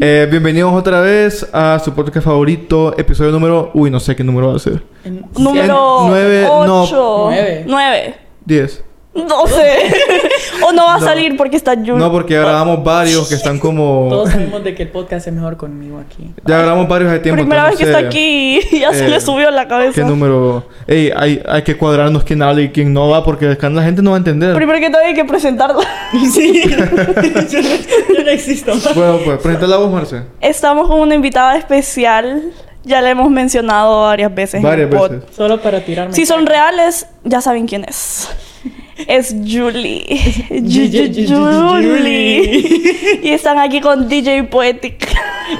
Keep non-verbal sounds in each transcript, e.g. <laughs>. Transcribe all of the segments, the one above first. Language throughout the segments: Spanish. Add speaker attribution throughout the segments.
Speaker 1: Eh, bienvenidos otra vez a su podcast favorito, episodio número. Uy, no sé qué número va a ser.
Speaker 2: Número
Speaker 1: Cien- nueve, no.
Speaker 2: 8.
Speaker 3: Nueve.
Speaker 2: 9.
Speaker 1: 10.
Speaker 2: 12. <laughs> o no va a
Speaker 1: No.
Speaker 2: salir porque está Jun.
Speaker 1: No, porque ya grabamos varios que están como.
Speaker 3: Todos sabemos de que el podcast es mejor conmigo
Speaker 1: <laughs>
Speaker 3: aquí.
Speaker 1: Ya grabamos varios de tiempo.
Speaker 2: Primera vez que está
Speaker 1: entonces,
Speaker 2: aquí y ya se
Speaker 1: eh,
Speaker 2: le subió la cabeza.
Speaker 1: ¿Qué número? Ey, hay, hay que cuadrarnos quién habla y quién no va porque la gente no va a entender.
Speaker 2: Primero que todo hay que presentarla. <laughs>
Speaker 3: Sí. yo, no, yo no existo.
Speaker 1: Bueno, pues presenta la voz, Marce.
Speaker 2: Estamos con una invitada especial. Ya la hemos mencionado varias veces. en
Speaker 1: Varias
Speaker 2: el pod.
Speaker 1: veces.
Speaker 3: Solo para tirarme.
Speaker 2: Si son reales, ya saben quién es. Es <laughs> Julie. Ju- ju- Julie. <laughs> y están aquí con DJ Poetic.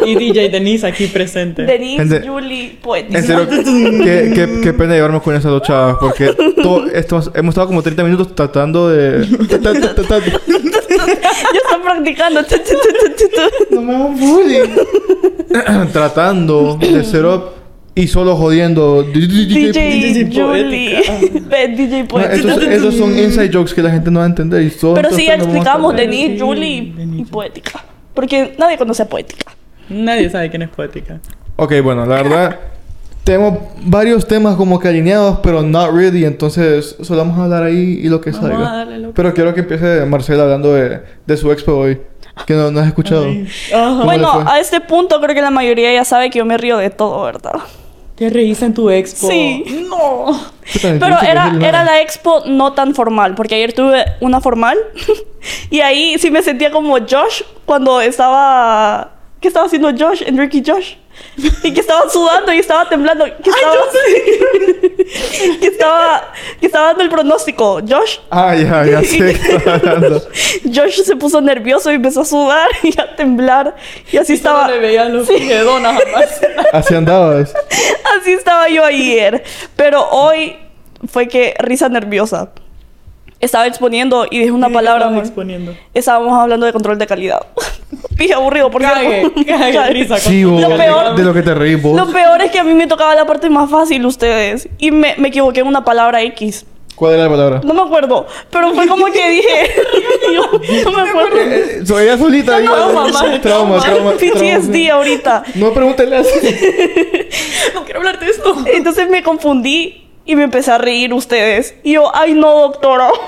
Speaker 3: Y DJ Denise aquí presente.
Speaker 2: Denise,
Speaker 1: Gente,
Speaker 2: Julie, Poetic.
Speaker 1: En
Speaker 2: <laughs>
Speaker 1: serio, qué, qué, qué pena llevarnos con esas dos chavas porque todo esto, hemos estado como 30 minutos tratando
Speaker 2: <laughs>
Speaker 1: de.
Speaker 2: Yo estoy
Speaker 1: <laughs>
Speaker 2: practicando. Tu, tu, tu, tu, tu, tu.
Speaker 1: No me hagan
Speaker 2: <laughs>
Speaker 1: bullying. <clears throat> Tratando de ser up y solo jodiendo. "Pues,
Speaker 2: DJ,
Speaker 3: DJ
Speaker 2: Julie.
Speaker 3: Poética.
Speaker 2: <laughs> Ve, DJ
Speaker 1: No,
Speaker 2: Poética.
Speaker 1: esos, esos son inside jokes que la gente no va a entender. Y solo
Speaker 2: pues. Pero sí ya
Speaker 1: nosotros lo vamos a saber.
Speaker 2: explicamos Denise,
Speaker 3: Sí,
Speaker 2: Julie y- y
Speaker 3: Denise.
Speaker 2: Poética. Porque nadie conoce a Poética.
Speaker 3: Nadie sabe quién es poética.
Speaker 1: Ok, bueno, la verdad. Tenemos varios temas como que alineados, pero not really. Entonces, solo vamos a hablar ahí y lo que
Speaker 3: Vamos
Speaker 1: salga.
Speaker 3: a darle lo que-
Speaker 1: Pero quiero que empiece Marcela hablando de, de su expo hoy. Que no, no has escuchado.
Speaker 3: Ajá.
Speaker 1: ¿Cómo le fue?
Speaker 2: Bueno, a este punto creo que la mayoría ya sabe que yo me río de todo, ¿verdad?
Speaker 3: Te reíste en tu expo. <laughs>
Speaker 2: Sí.
Speaker 3: No.
Speaker 1: Puta, ni
Speaker 2: Pero
Speaker 1: tuviste que
Speaker 2: era,
Speaker 1: decir nada.
Speaker 2: era la expo no tan formal, porque ayer tuve una formal <laughs> y ahí sí me sentía como Josh cuando estaba... ¿Qué estaba haciendo Josh? Enrique y Josh. Y que estaba sudando y estaba temblando. Que estaba, que estaba, que estaba dando el pronóstico. Josh,
Speaker 1: Ah, ya, ya sé. estaba hablando.
Speaker 2: Josh se puso nervioso y empezó a sudar y a temblar. Y así estaba...
Speaker 3: Solo le veían los
Speaker 2: Sí.
Speaker 3: pijedonas jamás.
Speaker 1: Así andabas.
Speaker 2: Así estaba yo ayer. Pero hoy fue que risa nerviosa. Estaba exponiendo y dije una palabra.
Speaker 3: Estamos
Speaker 2: mal.
Speaker 3: exponiendo.
Speaker 2: Estábamos hablando de control de calidad. <laughs> Pije aburrido, por
Speaker 3: Cague,
Speaker 2: cierto.
Speaker 3: cague,
Speaker 2: <laughs> Cague.
Speaker 3: risa. con-
Speaker 1: Sí, vos,
Speaker 2: <laughs> Lo peor-
Speaker 1: de lo que te reí vos.
Speaker 2: Lo peor es que a mí me tocaba la parte más fácil, ustedes. Y me, me equivoqué en una palabra X.
Speaker 1: ¿Cuál era la palabra?
Speaker 2: No me acuerdo. Pero fue como que dije. <laughs> yo, no me acuerdo.
Speaker 1: Eh, eh, Soy ella solita. ahí.
Speaker 3: trauma,
Speaker 1: trauma,
Speaker 3: madre,
Speaker 1: trauma, trauma,
Speaker 2: PTSD ahorita.
Speaker 1: No pregúntale así.
Speaker 3: No quiero hablarte de esto.
Speaker 2: Entonces me confundí y me empecé a reír ustedes. Y yo, ay no, doctora. <laughs>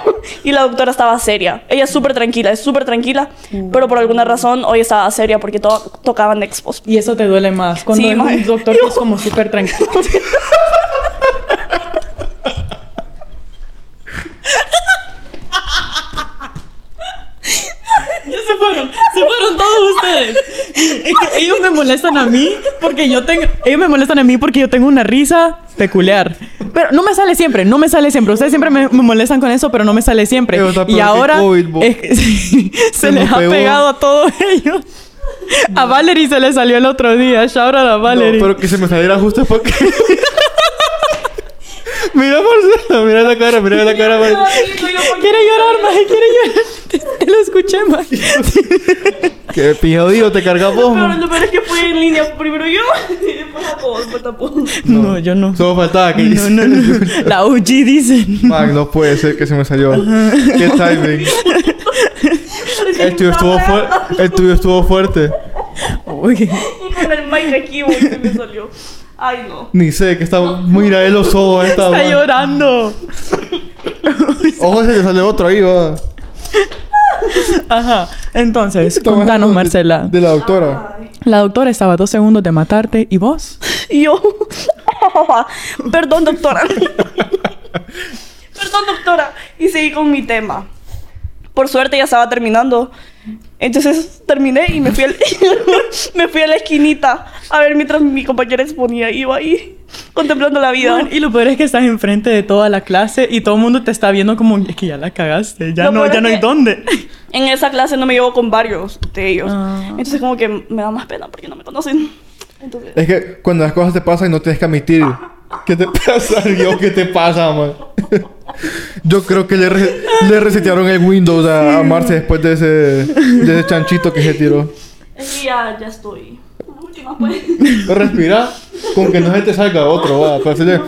Speaker 2: Y la doctora estaba seria. Ella es súper tranquila, es súper tranquila. Pero por alguna razón hoy estaba seria porque to- tocaban expos.
Speaker 3: Y eso te duele más. Cuando
Speaker 2: Sí,
Speaker 3: es
Speaker 2: madre.
Speaker 3: un doctor que es como súper tranquilo. Ya se fueron. Se fueron todos ustedes. Es que Ellos me molestan a mí porque yo tengo... Ellos me molestan a mí porque yo tengo una risa peculiar. Pero no me sale siempre, no me sale siempre. Ustedes siempre me, me molestan con eso, pero no me sale siempre.
Speaker 1: Pero está peor
Speaker 3: Y
Speaker 1: que
Speaker 3: ahora
Speaker 1: COVID, bo.
Speaker 3: es- <laughs> se
Speaker 1: Se
Speaker 3: les
Speaker 1: nos
Speaker 3: ha
Speaker 1: pegó.
Speaker 3: pegado a todos ellos. A Valerie se le salió el otro día. Shout out a Valerie.
Speaker 1: No, pero que <laughs> se me saliera justo porque. mira, Marcela, mira la cara, mira la cara. Marcela.
Speaker 3: Quiere llorar, Maje, quiere llorar. <laughs> Te, te lo escuché, Maje.
Speaker 1: Qué pijodío te cargas vos.
Speaker 2: Pero
Speaker 1: man.
Speaker 2: lo peor es que fue en línea primero yo <laughs> y después a todos, fue tapón.
Speaker 3: No, yo no.
Speaker 1: Solo faltaba que.
Speaker 3: No, no, no. La OG dicen.
Speaker 1: Man, no puede ser que se me salió. Qué timing. El tuyo estuvo, fuer- el tuyo estuvo fuerte.
Speaker 3: Oye.
Speaker 2: Y con el mic aquí, güey, se me salió. Ay no.
Speaker 1: Ni sé, que está. Mira, él los ojos. Está,
Speaker 3: Está llorando.
Speaker 1: Ojo, se le sale otro ahí, va.
Speaker 3: Ajá. Entonces, contanos, Marcela.
Speaker 1: De la doctora.
Speaker 3: La doctora estaba a dos segundos de matarte. ¿Y vos?
Speaker 2: Y yo, <laughs> perdón doctora. perdón doctora. Y seguí con mi tema. Por suerte ya estaba terminando. Entonces terminé y me fui, al- <laughs> me fui a la esquinita a ver mientras mi compañera exponía. Iba ahí contemplando la vida.
Speaker 3: Y lo peor es que estás enfrente de toda la clase y todo el mundo te está viendo como es que ya la cagaste. Ya
Speaker 2: Lo
Speaker 3: no,
Speaker 2: peor
Speaker 3: ya
Speaker 2: es
Speaker 3: no hay
Speaker 2: que- <laughs>
Speaker 3: dónde.
Speaker 2: En esa clase no me llevo con varios de ellos.
Speaker 3: Ah.
Speaker 2: Entonces como que me da más pena porque no me conocen. Entonces,
Speaker 1: Es que cuando las cosas te pasan y no tienes que admitir. ¿Qué te <laughs> pasa, Dios? ¿Qué te pasa, man? Yo creo que le, re- le resetearon el Windows a, a Marce después de ese, de ese chanchito que se tiró.
Speaker 2: es que ya, ya estoy. La última, <laughs> pues.
Speaker 1: Respira con que no se te salga otro, va. Para hacerle-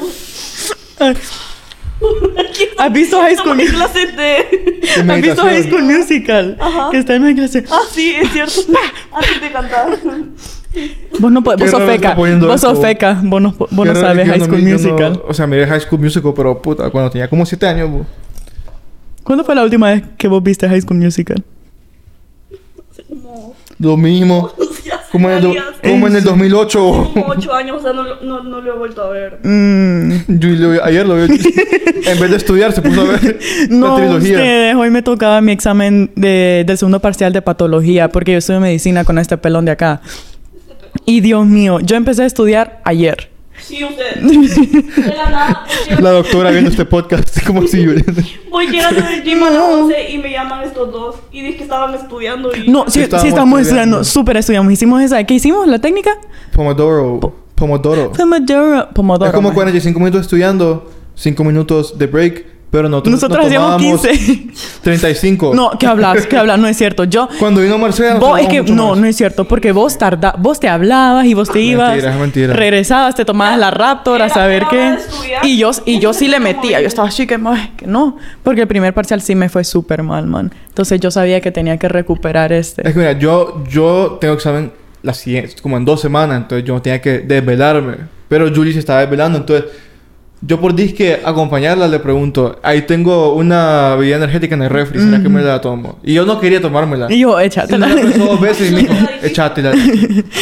Speaker 3: ¿Has visto High
Speaker 2: Como
Speaker 3: School?
Speaker 2: en clase de
Speaker 1: De
Speaker 3: ¿Has visto High School
Speaker 1: meditación.
Speaker 3: Musical?
Speaker 2: Ajá.
Speaker 3: Que está en la clase.
Speaker 2: Ah, sí, es cierto.
Speaker 1: <laughs>
Speaker 2: Ah, Antes de cantar.
Speaker 3: Vos no podés,
Speaker 1: Qué
Speaker 3: vos sos
Speaker 1: raro
Speaker 3: feca.
Speaker 1: está poniendo
Speaker 3: Vos sos
Speaker 1: esto.
Speaker 3: feca. Vos no, vos no
Speaker 1: Yo era-
Speaker 3: sabes
Speaker 1: yo
Speaker 3: High
Speaker 1: no-
Speaker 3: School
Speaker 1: yo no-
Speaker 3: Musical.
Speaker 1: o sea, miré High School Musical, pero puta, cuando tenía como 7 años. bu.
Speaker 3: ¿Cuándo fue la última vez que vos viste High School Musical?
Speaker 2: Como,
Speaker 1: Lo mismo. Como en el, do- como en el 2008. bu.
Speaker 2: Como ocho años, o sea, no, lo- no, no lo he vuelto a ver.
Speaker 3: Mm,
Speaker 1: Yo lo- ayer
Speaker 3: <laughs>
Speaker 1: lo vi. en vez de estudiar, se puso a ver
Speaker 3: No,
Speaker 1: la trilogía.
Speaker 3: ustedes, hoy me tocaba mi examen de- del segundo parcial de patología porque yo estudio medicina con este pelón de acá. Y Dios mío, yo empecé a estudiar ayer.
Speaker 2: Sí,
Speaker 1: <laughs>
Speaker 2: usted. De la nada.
Speaker 3: <laughs>
Speaker 2: porque-
Speaker 1: La doctora viendo este podcast, como si yo.
Speaker 2: Voy llegando del gym a las 11 y me llaman estos dos. Y dije que estaban estudiando y...
Speaker 3: No, sí, sí
Speaker 1: Estábamos
Speaker 3: estábamos
Speaker 1: estudiando.
Speaker 3: estudiando, súper estudiamos. Hicimos esa, ¿qué hicimos? ¿La técnica?
Speaker 1: <laughs> Pomodoro. Pomodoro.
Speaker 3: Pomodoro. Pomodoro.
Speaker 1: Oh. es como
Speaker 3: maje.
Speaker 1: 45 minutos estudiando, 5 minutos de break, pero nosotros,
Speaker 3: Nosotros
Speaker 1: nos
Speaker 3: hacíamos
Speaker 1: tomábamos Oh.
Speaker 3: 15.
Speaker 1: 35.
Speaker 3: No, ¿qué hablas? ¿Qué hablas? No es cierto. Yo.
Speaker 1: Cuando vino Marcela. nos
Speaker 3: Vos, es
Speaker 1: tomamos
Speaker 3: que
Speaker 1: mucho
Speaker 3: no,
Speaker 1: más.
Speaker 3: no es cierto, porque vos tarda, vos te hablabas y vos te ibas,
Speaker 1: Mentira, es mentira.
Speaker 3: regresabas, te tomabas la Raptor a
Speaker 2: Era-
Speaker 3: saber
Speaker 2: era hora
Speaker 3: qué.
Speaker 2: de estudiar.
Speaker 3: Y yo, y yo sí le metía, yo estaba así que "Mae, que no, porque el primer parcial sí me fue súper mal, man. Entonces yo sabía que tenía que recuperar
Speaker 1: Es
Speaker 3: este.
Speaker 1: que mira, yo, yo tengo examen la siguiente, como en dos semanas, entonces yo tenía que desvelarme. Pero Julie se estaba desvelando, entonces yo por disque acompañarla le pregunto, ahí tengo una bebida energética en el refri, ¿será que me la tomo? Y yo no quería tomármela.
Speaker 3: Y yo,
Speaker 1: Y me <laughs>
Speaker 3: échatela.
Speaker 1: la pensó dos veces y me dijo, échatela. <laughs> Me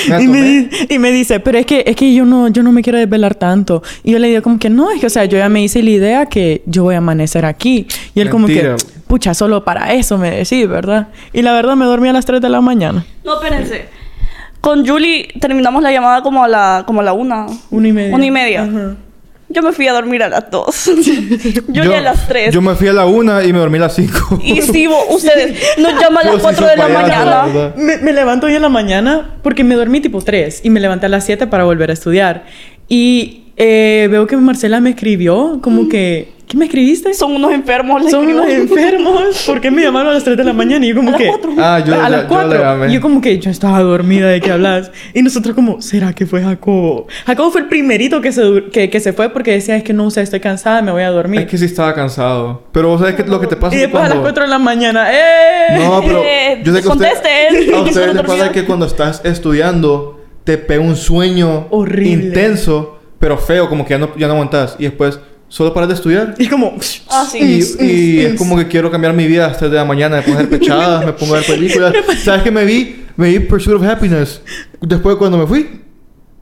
Speaker 1: la
Speaker 3: <laughs> Y me,
Speaker 1: tomé.
Speaker 3: di- y me dice, pero es que, es que yo no, yo no me quiero desvelar tanto. Y yo le digo como que no, es que, o sea, yo ya me hice la idea que yo voy a amanecer aquí. Y él
Speaker 1: Mentira.
Speaker 3: como que, pucha, solo para eso me decís, ¿verdad? Y la verdad me dormí a las 3 de la mañana.
Speaker 2: No, espérense. Con Julie terminamos la llamada como a la, como a la una.
Speaker 3: Una y media.
Speaker 2: Una y media.
Speaker 3: Ajá.
Speaker 2: Yo me fui a dormir a las dos. <laughs> Julie a las tres.
Speaker 1: Yo me fui a la una y me dormí a las cinco.
Speaker 2: Y si vos- ustedes nos llaman a
Speaker 1: Yo
Speaker 2: las
Speaker 1: sí
Speaker 2: cuatro
Speaker 1: soy
Speaker 2: de la
Speaker 1: payaso,
Speaker 2: mañana.
Speaker 1: ¿verdad?
Speaker 3: Me, me levanto hoy en la mañana porque me dormí tipo 3 y me levanté a las 7 para volver a estudiar. Y eh, veo que Marcela me escribió como que, ¿qué me escribiste?
Speaker 2: Son unos enfermos. les
Speaker 3: Son
Speaker 2: escribo.
Speaker 3: unos
Speaker 2: <laughs>
Speaker 3: enfermos. ¿Por qué me llamaron a las 3 de la mañana? Y yo como
Speaker 2: A las
Speaker 3: que...
Speaker 2: cuatro.
Speaker 1: Ah, yo,
Speaker 3: a
Speaker 1: yo-
Speaker 3: las
Speaker 1: yo le
Speaker 3: 4.
Speaker 1: llamé.
Speaker 3: yo como que yo estaba dormida de qué hablas. Y nosotros como, ¿será que fue Jacobo? Jacobo fue el primerito que se, dur- que, que se fue porque decía, es que no, o sea, estoy cansada, me voy a
Speaker 1: <laughs>
Speaker 3: dormir.
Speaker 1: Es que sí estaba cansado. Pero vos sabés que lo que te pasa
Speaker 3: y
Speaker 1: es que
Speaker 3: después a las
Speaker 1: cuando-
Speaker 3: 4 de la mañana, ¡eh!
Speaker 1: <laughs> No, pero
Speaker 2: Eh,
Speaker 1: yo sé que a usted-
Speaker 2: conteste él, <laughs>
Speaker 1: a
Speaker 2: que
Speaker 1: ustedes
Speaker 2: solo
Speaker 1: les pasa
Speaker 2: dormía.
Speaker 1: que cuando estás estudiando te pega un sueño
Speaker 3: Horrible.
Speaker 1: intenso, pero feo, como que ya no, ya no aguantas. Y después solo paras de estudiar.
Speaker 3: Y como...
Speaker 2: Ah,
Speaker 1: Y,
Speaker 2: sí.
Speaker 1: y es como que quiero cambiar mi vida hasta de la mañana, me pongo a hacer pechadas, me pongo a ver <laughs> películas. ¿Sabes qué me vi? Me vi Pursuit of Happiness. Después cuando me fui,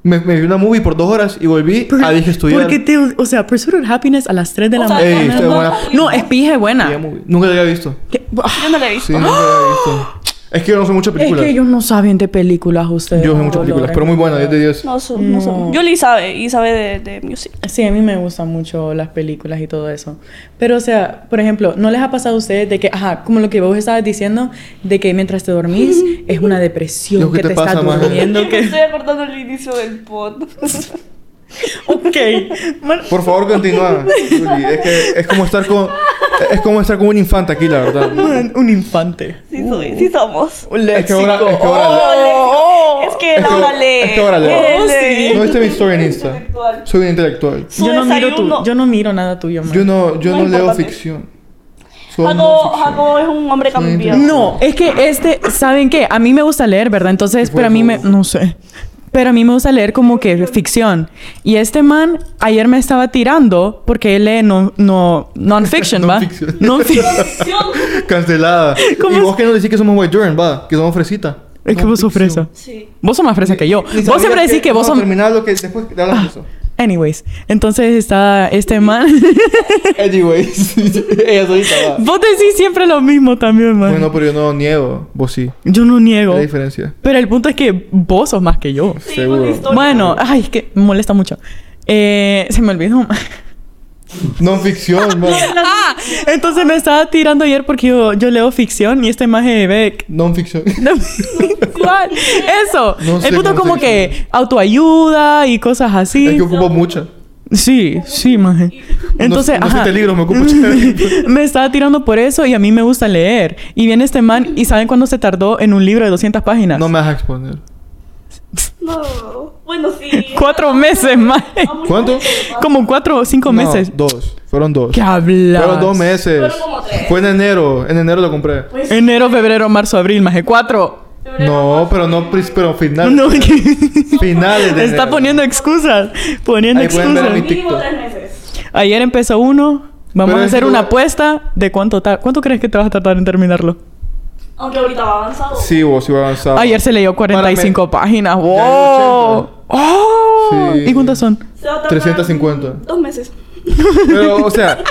Speaker 1: me, me vi una movie por dos horas y volví a dije estudiar.
Speaker 3: Porque te, o sea, Pursuit of Happiness a las 3 de la
Speaker 2: O sea,
Speaker 1: Ey,
Speaker 3: mañana.
Speaker 1: está buena.
Speaker 3: No, es pija
Speaker 1: Vi la
Speaker 3: buena.
Speaker 1: movie. Nunca la había visto.
Speaker 3: Que- ah,
Speaker 2: Yo no la he visto.
Speaker 1: Sí, nunca la había visto. ¡Ah! Es que yo no soy mucho de
Speaker 3: Es
Speaker 1: películas.
Speaker 3: que ellos no saben de películas ustedes.
Speaker 1: Yo soy mucho de películas, pero muy buena, 10 de 10.
Speaker 2: No, son, no son.
Speaker 1: Mm.
Speaker 3: No.
Speaker 2: Julie sabe. Y sabe de, de music.
Speaker 3: Sí, a mí me gustan mucho las películas y todo eso. Pero, o sea, por ejemplo, ¿no les ha pasado a ustedes de que, ajá, como lo que vos estabas diciendo, de que mientras
Speaker 1: <laughs>
Speaker 3: te dormís es una depresión
Speaker 1: Lo que
Speaker 3: que
Speaker 1: te
Speaker 3: te, está
Speaker 1: pasa, maje.
Speaker 3: durmiendo?
Speaker 2: <laughs> Me
Speaker 3: Que...
Speaker 2: estoy acordando el inicio del pod. <laughs>
Speaker 3: ok. Mar-
Speaker 1: Por favor, continúa. Juli. Es que es como estar con es como estar con un infante aquí, la verdad. <laughs>
Speaker 3: man, un infante.
Speaker 2: Sí, soy. Sí somos.
Speaker 3: Un
Speaker 1: Es que
Speaker 3: léxico.
Speaker 1: ahora- es que Uh. ahora-
Speaker 3: Oh, oh.
Speaker 2: Es que
Speaker 1: Es que-
Speaker 2: Laura lee.
Speaker 1: es que ahora lee.
Speaker 2: Él
Speaker 3: Oh,
Speaker 2: lee.
Speaker 3: sí.
Speaker 1: No viste mi historia en Insta.
Speaker 2: Intelectual.
Speaker 1: Soy un intelectual.
Speaker 2: Su
Speaker 3: yo no miro
Speaker 2: desayuno-
Speaker 3: tu, yo no miro nada tuyo, man.
Speaker 1: Yo no yo
Speaker 2: No
Speaker 1: no leo
Speaker 2: importante.
Speaker 1: ficción. Solo
Speaker 2: Jacobo,
Speaker 1: ficción.
Speaker 2: Jacobo es un hombre cambiado.
Speaker 3: No, es que este, ¿saben qué? A mí me gusta leer, ¿verdad? Entonces,
Speaker 1: ¿Qué fue
Speaker 3: pero a mí me,
Speaker 1: eso?
Speaker 3: no sé. Pero a mí me gusta leer como que ficción. Y este man ayer me estaba tirando porque él lee no, no, non-fiction, ¿va?
Speaker 1: Non-fiction.
Speaker 3: <laughs>
Speaker 1: <laughs>
Speaker 3: Non-fic-
Speaker 1: Cancelada.
Speaker 3: <laughs> ¿Cómo
Speaker 1: Y
Speaker 3: es?
Speaker 1: vos que no decís que somos white Jordan, va, que somos fresita.
Speaker 3: es que vos sos fresa.
Speaker 2: Sí.
Speaker 3: Vos sos más fresa que yo. Vos siempre decís que vos sos...
Speaker 1: terminás lo que después te hablas de
Speaker 3: <laughs>
Speaker 1: eso.
Speaker 3: Anyways, entonces está este man... <laughs>
Speaker 1: <laughs> Anyways, ella solita va.
Speaker 3: vos decís siempre lo mismo también, man.
Speaker 1: Bueno, pero yo no niego, vos sí.
Speaker 3: yo no
Speaker 1: ¿Qué es
Speaker 3: niego.
Speaker 1: la diferencia?
Speaker 3: Pero el punto es que vos sos más que yo.
Speaker 2: Sí,
Speaker 1: Seguro.
Speaker 2: con historia.
Speaker 3: Bueno, ay, es que me molesta mucho. Eh, se me olvidó. <laughs>
Speaker 1: No ficción, man.
Speaker 2: <laughs>
Speaker 3: ah, <laughs> entonces me estaba tirando ayer porque yo, yo leo ficción y esta imagen de Beck.
Speaker 1: No ficción.
Speaker 3: <laughs> ¿Cuál? Eso.
Speaker 1: No sé
Speaker 3: el punto
Speaker 1: cómo
Speaker 3: como
Speaker 1: se
Speaker 3: que autoayuda y cosas
Speaker 1: <laughs> Es
Speaker 3: así.
Speaker 1: que ocupo mucha.
Speaker 3: Sí, sí, imagen. Entonces,
Speaker 1: no, no
Speaker 3: ajá.
Speaker 1: siete libros, me ocupo <laughs> siete libros.
Speaker 3: me estaba tirando por eso y a mí me gusta leer. Y viene este man y ¿saben cuándo se tardó en un libro de 200 páginas?
Speaker 1: No me vas a exponer.
Speaker 2: No. Bueno, sí.
Speaker 3: Cuatro meses, más.
Speaker 1: ¿Cuánto?
Speaker 3: Como cuatro o cinco
Speaker 1: No,
Speaker 3: meses.
Speaker 1: dos. Fueron dos.
Speaker 3: ¿Qué hablas?
Speaker 1: Fueron dos meses.
Speaker 2: Fueron como tres.
Speaker 1: Fue en enero. En enero lo compré.
Speaker 2: Pues,
Speaker 3: Enero, febrero, marzo, abril, más de cuatro.
Speaker 1: No, pero no, pris- pero final.
Speaker 3: No, <laughs> que-
Speaker 1: Finales de
Speaker 3: <laughs> Está
Speaker 1: enero.
Speaker 3: poniendo excusas. Poniendo
Speaker 1: Ahí pueden ver
Speaker 3: excusas.
Speaker 1: mi
Speaker 2: Mínimo
Speaker 1: TikTok.
Speaker 2: tres meses.
Speaker 3: Ayer empezó uno. Vamos
Speaker 1: Pero
Speaker 3: a
Speaker 1: es
Speaker 3: hacer
Speaker 1: que-
Speaker 3: una apuesta de cuánto tar- cuánto crees que te vas a tardar en terminarlo.
Speaker 2: Aunque ahorita va avanzado.
Speaker 1: Sí, vos, sí, avanzado.
Speaker 3: Ayer se leyó 45 páginas.
Speaker 1: llevo
Speaker 3: ¡Wow!
Speaker 1: 80.
Speaker 3: ¡Oh!
Speaker 1: Sí.
Speaker 3: ¿Y cuántas son?
Speaker 2: Se va a tardar
Speaker 1: 350.
Speaker 2: Dos meses.
Speaker 1: Pero, o
Speaker 3: <laughs>
Speaker 1: sea.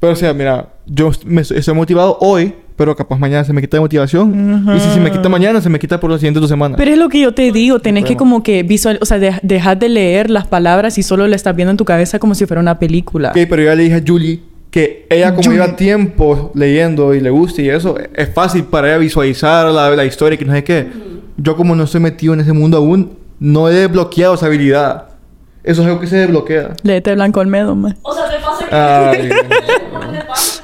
Speaker 1: pero, o sea, mira, yo me, estoy motivado hoy, pero capaz mañana se me quita la motivación. Y si se me quita mañana, se me quita por las siguientes dos semanas.
Speaker 3: Pero es lo que yo te digo, tenés que
Speaker 1: problema.
Speaker 3: como que visual, o sea, de- dejar de leer las palabras y solo le estás viendo en tu cabeza como si fuera una película.
Speaker 1: Ok, pero yo ya le dije a Julie que ella, como
Speaker 3: Julie.
Speaker 1: lleva tiempo leyendo y le gusta y eso, e- es fácil para ella visualizar la, la historia y que no sé qué. Yo, como no estoy metido en ese mundo aún, no he desbloqueado esa habilidad. Eso es algo que se desbloquea.
Speaker 3: Léete Blanco Olmedo, man.
Speaker 2: O sea, te pasa que
Speaker 1: Ay.
Speaker 2: te páginas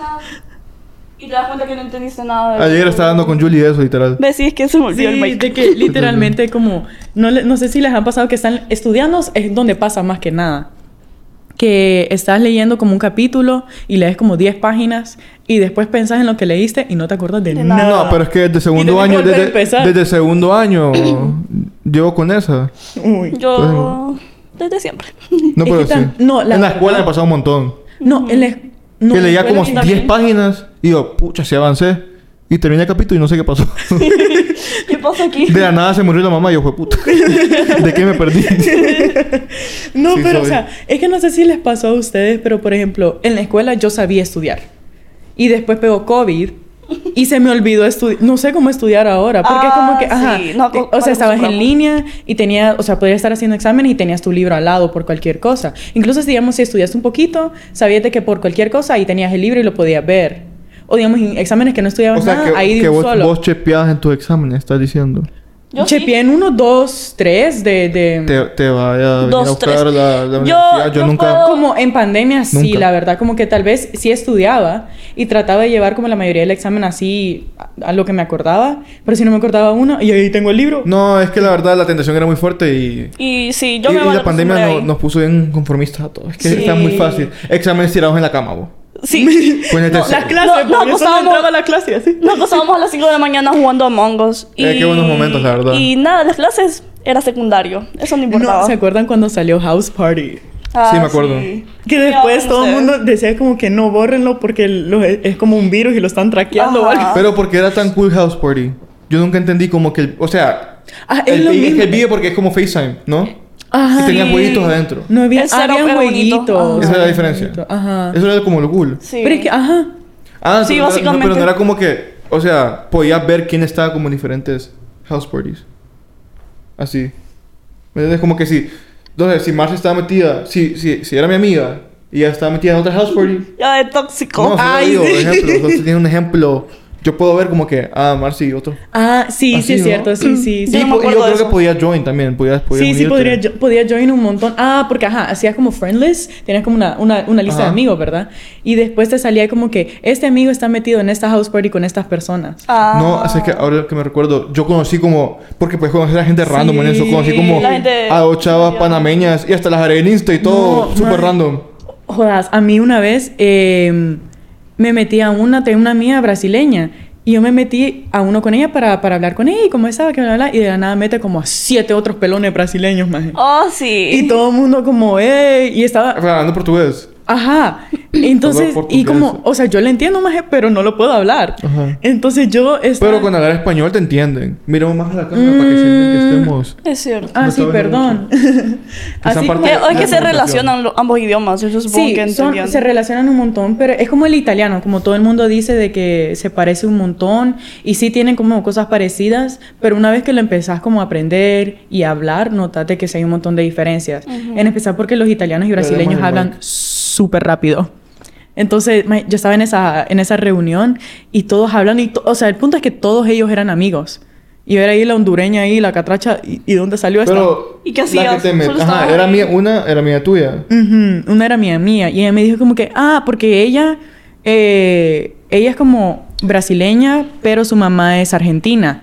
Speaker 2: y te das cuenta que no entendiste nada. de-
Speaker 1: Ayer estaba hablando con Julie de eso, literal.
Speaker 2: Ves, sí, es que se me olvidó el
Speaker 3: Sí,
Speaker 2: mic.
Speaker 3: de que literalmente como, no, le- no sé si les han pasado que están estudiando, es donde pasa más que nada. Que estás leyendo como un capítulo y lees como 10 páginas y después pensás en lo que leíste y no te acuerdas de,
Speaker 2: De
Speaker 3: nada.
Speaker 2: nada.
Speaker 1: No, pero es que desde segundo
Speaker 3: tenés que
Speaker 1: año,
Speaker 3: volver a
Speaker 1: desde,
Speaker 3: empezar.
Speaker 1: desde segundo año
Speaker 3: <clears throat>
Speaker 1: llevo con esa.
Speaker 3: Uy.
Speaker 1: Pues,
Speaker 2: Yo. Desde siempre. <laughs>
Speaker 1: No,
Speaker 3: Es
Speaker 1: pero
Speaker 3: que
Speaker 1: sí.
Speaker 3: tan- no, la
Speaker 1: en la
Speaker 3: verdad-
Speaker 1: escuela me pasaba un montón.
Speaker 3: No, él es... No,
Speaker 1: que leía como
Speaker 3: escuela
Speaker 1: 10 páginas y yo, pucha, sí avancé. Y terminé el capítulo y no sé qué
Speaker 3: <laughs>
Speaker 1: pasó.
Speaker 2: ¿Qué pasa aquí?
Speaker 1: De la nada se murió la mamá y yo, fue puta. <laughs> ¿De qué me perdí?
Speaker 3: No,
Speaker 1: Sí,
Speaker 3: pero o
Speaker 1: soy.
Speaker 3: sea, es que no sé si les pasó a ustedes, pero por ejemplo, en la escuela yo sabía estudiar. Y después pegó COVID y se me olvidó estudiar. No sé cómo estudiar ahora, porque es como
Speaker 2: Ah,
Speaker 3: que, ajá. eh,
Speaker 2: sí. No, co-
Speaker 3: o sea, estabas en
Speaker 2: acostumbramos.
Speaker 3: línea y tenía, o sea, podías estar haciendo exámenes y tenías tu libro al lado por cualquier cosa. Incluso, si, digamos, si estudiaste un poquito, sabías de que por cualquier cosa ahí tenías el libro y lo podías ver. O, digamos, en exámenes que no estudiabas
Speaker 1: o sea,
Speaker 3: nada,
Speaker 1: que,
Speaker 3: ahí de
Speaker 1: que
Speaker 3: un
Speaker 1: vos,
Speaker 3: solo.
Speaker 1: vos chepeabas en tus exámenes, estás diciendo.
Speaker 2: Yo sí.
Speaker 3: Chepié en uno, dos, tres de... de...
Speaker 1: Te, te vaya a venir
Speaker 2: Dos,
Speaker 1: a buscar
Speaker 2: tres.
Speaker 1: la, la
Speaker 2: Yo-
Speaker 1: universidad. Yo,
Speaker 2: yo
Speaker 1: nunca...
Speaker 2: puedo-
Speaker 3: Como en pandemia, sí,
Speaker 1: Nunca.
Speaker 3: la verdad, como que tal vez sí estudiaba y trataba de llevar como la mayoría del examen así a, a lo que me acordaba, pero si no me acordaba uno, y ahí tengo el libro.
Speaker 1: No, es que la verdad la tentación era muy fuerte y...
Speaker 2: Y sí, yo
Speaker 1: y,
Speaker 2: me
Speaker 1: y
Speaker 2: mal
Speaker 1: la pandemia
Speaker 2: acostumbré
Speaker 1: no-
Speaker 2: ahí.
Speaker 1: nos puso bien conformistas a todos. Es que
Speaker 3: Sí.
Speaker 1: está muy fácil. Exámenes tirados en la cama, vos. <laughs>
Speaker 2: Sí.
Speaker 1: Pues en el
Speaker 3: No,
Speaker 1: tercero.
Speaker 3: las clases,
Speaker 2: No,
Speaker 3: no,
Speaker 2: no,
Speaker 3: yo solo
Speaker 2: acostábamos-
Speaker 3: entraba a la clase así.
Speaker 2: Nos pasábamos a las 5 de la mañana jugando a Among Us. Y,
Speaker 1: Eh, qué buenos momentos, la verdad.
Speaker 2: Y nada, las clases era secundario. Eso no importaba.
Speaker 3: No, ¿se acuerdan cuando salió House Party?
Speaker 2: Ah,
Speaker 1: Sí, me acuerdo.
Speaker 3: Que
Speaker 2: Ya,
Speaker 3: después
Speaker 2: no
Speaker 3: todo el
Speaker 2: sé.
Speaker 3: mundo decía como que no bórrenlo porque lo- es como un virus y lo están traqueando o
Speaker 2: Ajá.
Speaker 3: algo.
Speaker 1: Pero porque era tan cool House Party. Yo nunca entendí como que, el- o sea,
Speaker 3: Ah, es
Speaker 1: el,
Speaker 3: lo
Speaker 1: y es
Speaker 3: mismo.
Speaker 1: que el video porque es como FaceTime, ¿no?
Speaker 3: Ajá.
Speaker 1: y tenía
Speaker 3: Sí.
Speaker 1: jueguitos adentro.
Speaker 3: No había,
Speaker 2: El setup
Speaker 3: había
Speaker 2: era bonito.
Speaker 3: jueguitos.
Speaker 2: Ajá.
Speaker 1: Esa era la diferencia.
Speaker 3: Ah, Ajá.
Speaker 1: Eso era como lo cool.
Speaker 2: Sí.
Speaker 3: Pero es que, ajá.
Speaker 1: Ah, pero no
Speaker 2: Sí,
Speaker 1: era- no,
Speaker 2: básicamente.
Speaker 1: pero no era como que, o sea, podías ver quién estaba como en diferentes House Parties. Así. ¿Me entiendes? Como que si, entonces, si Marcia estaba metida, si, si, si era mi amiga y ella estaba metida en otra House Party,
Speaker 2: Ya de tóxico.
Speaker 1: No,
Speaker 3: Ay,
Speaker 1: Ay, digo,
Speaker 3: sí.
Speaker 1: por ejemplo, entonces tiene un ejemplo. Yo puedo ver como que, ah, Marcy y otro.
Speaker 3: Ah, sí,
Speaker 1: Así,
Speaker 3: sí, es
Speaker 1: ¿no?
Speaker 3: cierto, sí, sí.
Speaker 1: Y,
Speaker 3: sí.
Speaker 2: no me
Speaker 1: po- y
Speaker 2: acuerdo
Speaker 1: yo
Speaker 2: de
Speaker 1: creo que
Speaker 2: eso.
Speaker 1: podías join también, podías, podías
Speaker 3: Sí, sí,
Speaker 1: unirte.
Speaker 3: podría, jo- podía join un montón. Ah, porque ajá, hacías como friend list, tenías como una, una, una lista de
Speaker 1: Ajá.
Speaker 3: amigos, ¿verdad? Y después te salía como que este amigo está metido en esta house party con estas personas.
Speaker 2: Ah.
Speaker 1: No, así es que ahora que me recuerdo, yo conocí como, porque puedes conocer a gente random en eso, conocí como
Speaker 2: la gente-
Speaker 1: a dos chavas panameñas y hasta las haré en Insta y todo,
Speaker 3: No,
Speaker 1: súper
Speaker 3: man.
Speaker 1: random.
Speaker 3: Jodas, a mí una vez eh, me metí a una, tenía una amiga brasileña. Y yo me metí a uno con ella para, para hablar con ella y como estaba que bla, bla, bla, y de la nada mete como a siete otros pelones brasileños más.
Speaker 2: Oh, sí.
Speaker 3: Y todo el mundo como, ¡eh! Y estaba,
Speaker 1: Hablando portugués.
Speaker 3: Ajá. Entonces,
Speaker 1: Hablar
Speaker 3: y
Speaker 1: portugués.
Speaker 3: como, o sea, yo le entiendo más, pero no lo puedo hablar.
Speaker 1: Ajá.
Speaker 3: Entonces yo estaba...
Speaker 1: Pero con hablar español te entienden. Miremos más a la cámara para que sientan
Speaker 2: Mm.
Speaker 1: que estemos.
Speaker 2: Es cierto.
Speaker 3: Ah,
Speaker 1: No
Speaker 3: sí,
Speaker 1: estaba
Speaker 3: perdón. Así
Speaker 1: parte- la
Speaker 3: como-
Speaker 2: Eh, o es que se
Speaker 1: comunicación.
Speaker 2: relacionan lo- ambos idiomas. Yo supongo
Speaker 3: Sí,
Speaker 2: que
Speaker 3: son-
Speaker 2: entendían.
Speaker 3: se relacionan un montón, pero es como el italiano, como todo el mundo dice de que se parece un montón y sí tienen como cosas parecidas, pero una vez que lo empezás como a aprender y a hablar, notate que sí hay un montón de diferencias. En especial porque los italianos y
Speaker 1: Pero
Speaker 3: brasileños
Speaker 1: démosle
Speaker 3: hablan
Speaker 1: mic.
Speaker 3: súper rápido. Entonces, ma- yo estaba en esa, en esa reunión y todos hablan y, to- o sea, el punto es que todos ellos eran amigos. Y era ahí la hondureña ahí, la catracha, ¿y, y dónde salió esta?
Speaker 1: Pero,
Speaker 2: ¿Y qué
Speaker 1: La
Speaker 2: hacías?
Speaker 1: que te met-
Speaker 2: Solo
Speaker 1: Ajá,
Speaker 2: estabas
Speaker 1: era
Speaker 2: ahí.
Speaker 1: mía, una era mía tuya.
Speaker 3: Ujú, Una era mía mía. Y ella me dijo como que, ah, porque ella, eh, ella es como, brasileña, pero su mamá es argentina.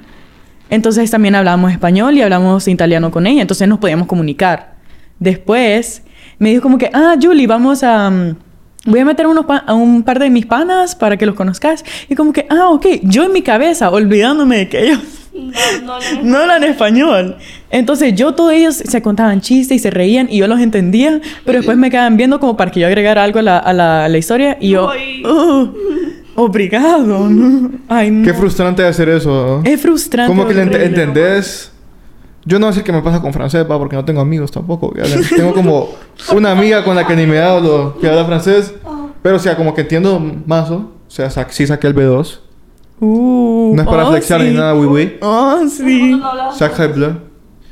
Speaker 3: Entonces también hablábamos español y hablamos italiano con ella, entonces nos podíamos comunicar. Después me dijo como que, ah, Julie, vamos a... mm, Voy a meter unos pa- a un par de mis panas para que los conozcas. Y como que, ah, ok, yo en mi cabeza, olvidándome de que ellos
Speaker 2: No, no,
Speaker 3: no hablan español. Entonces yo, todos ellos se contaban chistes y se reían y yo los entendía, pero después me quedaban viendo como para que yo agregara algo a la, a la- a la historia y yo...
Speaker 2: Ay.
Speaker 3: "Oh, obrigado, ¿no? Ay, no.
Speaker 2: Mm.
Speaker 1: Qué frustrante hacer eso. ¿no?
Speaker 3: Es frustrante.
Speaker 1: Como que le ent-
Speaker 3: Ah, horrible.
Speaker 1: entendés. Yo no voy a decir que me pasa con francés, pa, porque no tengo amigos tampoco. que hablen. tengo como una amiga con la que ni me hablo que habla francés. Pero o sea, como que entiendo más. ¿no? O sea, sa- sí saqué el B2.
Speaker 3: Uh,
Speaker 1: No es para
Speaker 3: oh,
Speaker 1: flexear
Speaker 3: sí.
Speaker 1: ni nada, oui, oui.
Speaker 3: Oh, sí.
Speaker 2: no.
Speaker 1: Sacre bleu.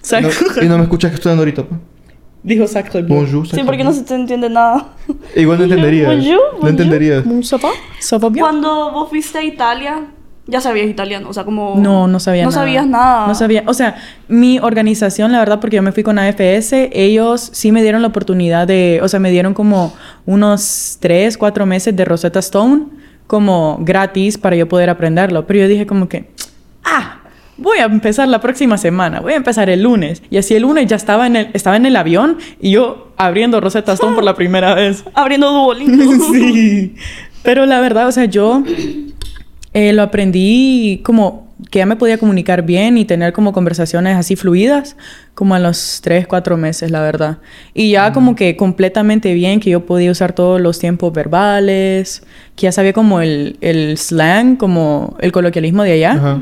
Speaker 3: Sac-
Speaker 1: No- y no me escuchas que estoy hablando ahorita. pa.
Speaker 3: <laughs> Dijo sacre bleu.
Speaker 1: Bonjour.
Speaker 2: Sí,
Speaker 1: sacre
Speaker 2: porque no
Speaker 1: bleu.
Speaker 2: se te
Speaker 1: <laughs>
Speaker 2: entiende nada.
Speaker 1: Igual no entendería.
Speaker 2: bonjour,
Speaker 1: No
Speaker 2: bonjour.
Speaker 1: entendería.
Speaker 3: ¿Ça va? ¿Ça va bien?
Speaker 2: Cuando vos fuiste a Italia, ya sabías italiano, o sea, como...
Speaker 3: No, no sabía
Speaker 2: No
Speaker 3: nada.
Speaker 2: sabías nada.
Speaker 3: No sabía. O sea, mi organización, la verdad, porque yo me fui con AFS, ellos sí me dieron la oportunidad de. O sea, me dieron como unos tres, cuatro meses de Rosetta Stone como gratis para yo poder aprenderlo. Pero yo dije, como que. ¡Ah! Voy a empezar la próxima semana, voy a empezar el lunes. Y así el lunes ya estaba en el, estaba en el avión y yo abriendo Rosetta Stone
Speaker 2: <laughs>
Speaker 3: por la primera vez.
Speaker 1: <laughs>
Speaker 2: Abriendo Duolingo. <laughs>
Speaker 3: sí. Pero la verdad, o sea, yo eh, lo aprendí como que ya me podía comunicar bien y tener como conversaciones así fluidas, como a los 3, 4 meses, la verdad. Y ya
Speaker 1: Mm.
Speaker 3: como que completamente bien, que yo podía usar todos los tiempos verbales, que ya sabía como el, el slang, como el coloquialismo de allá.
Speaker 1: Ajá.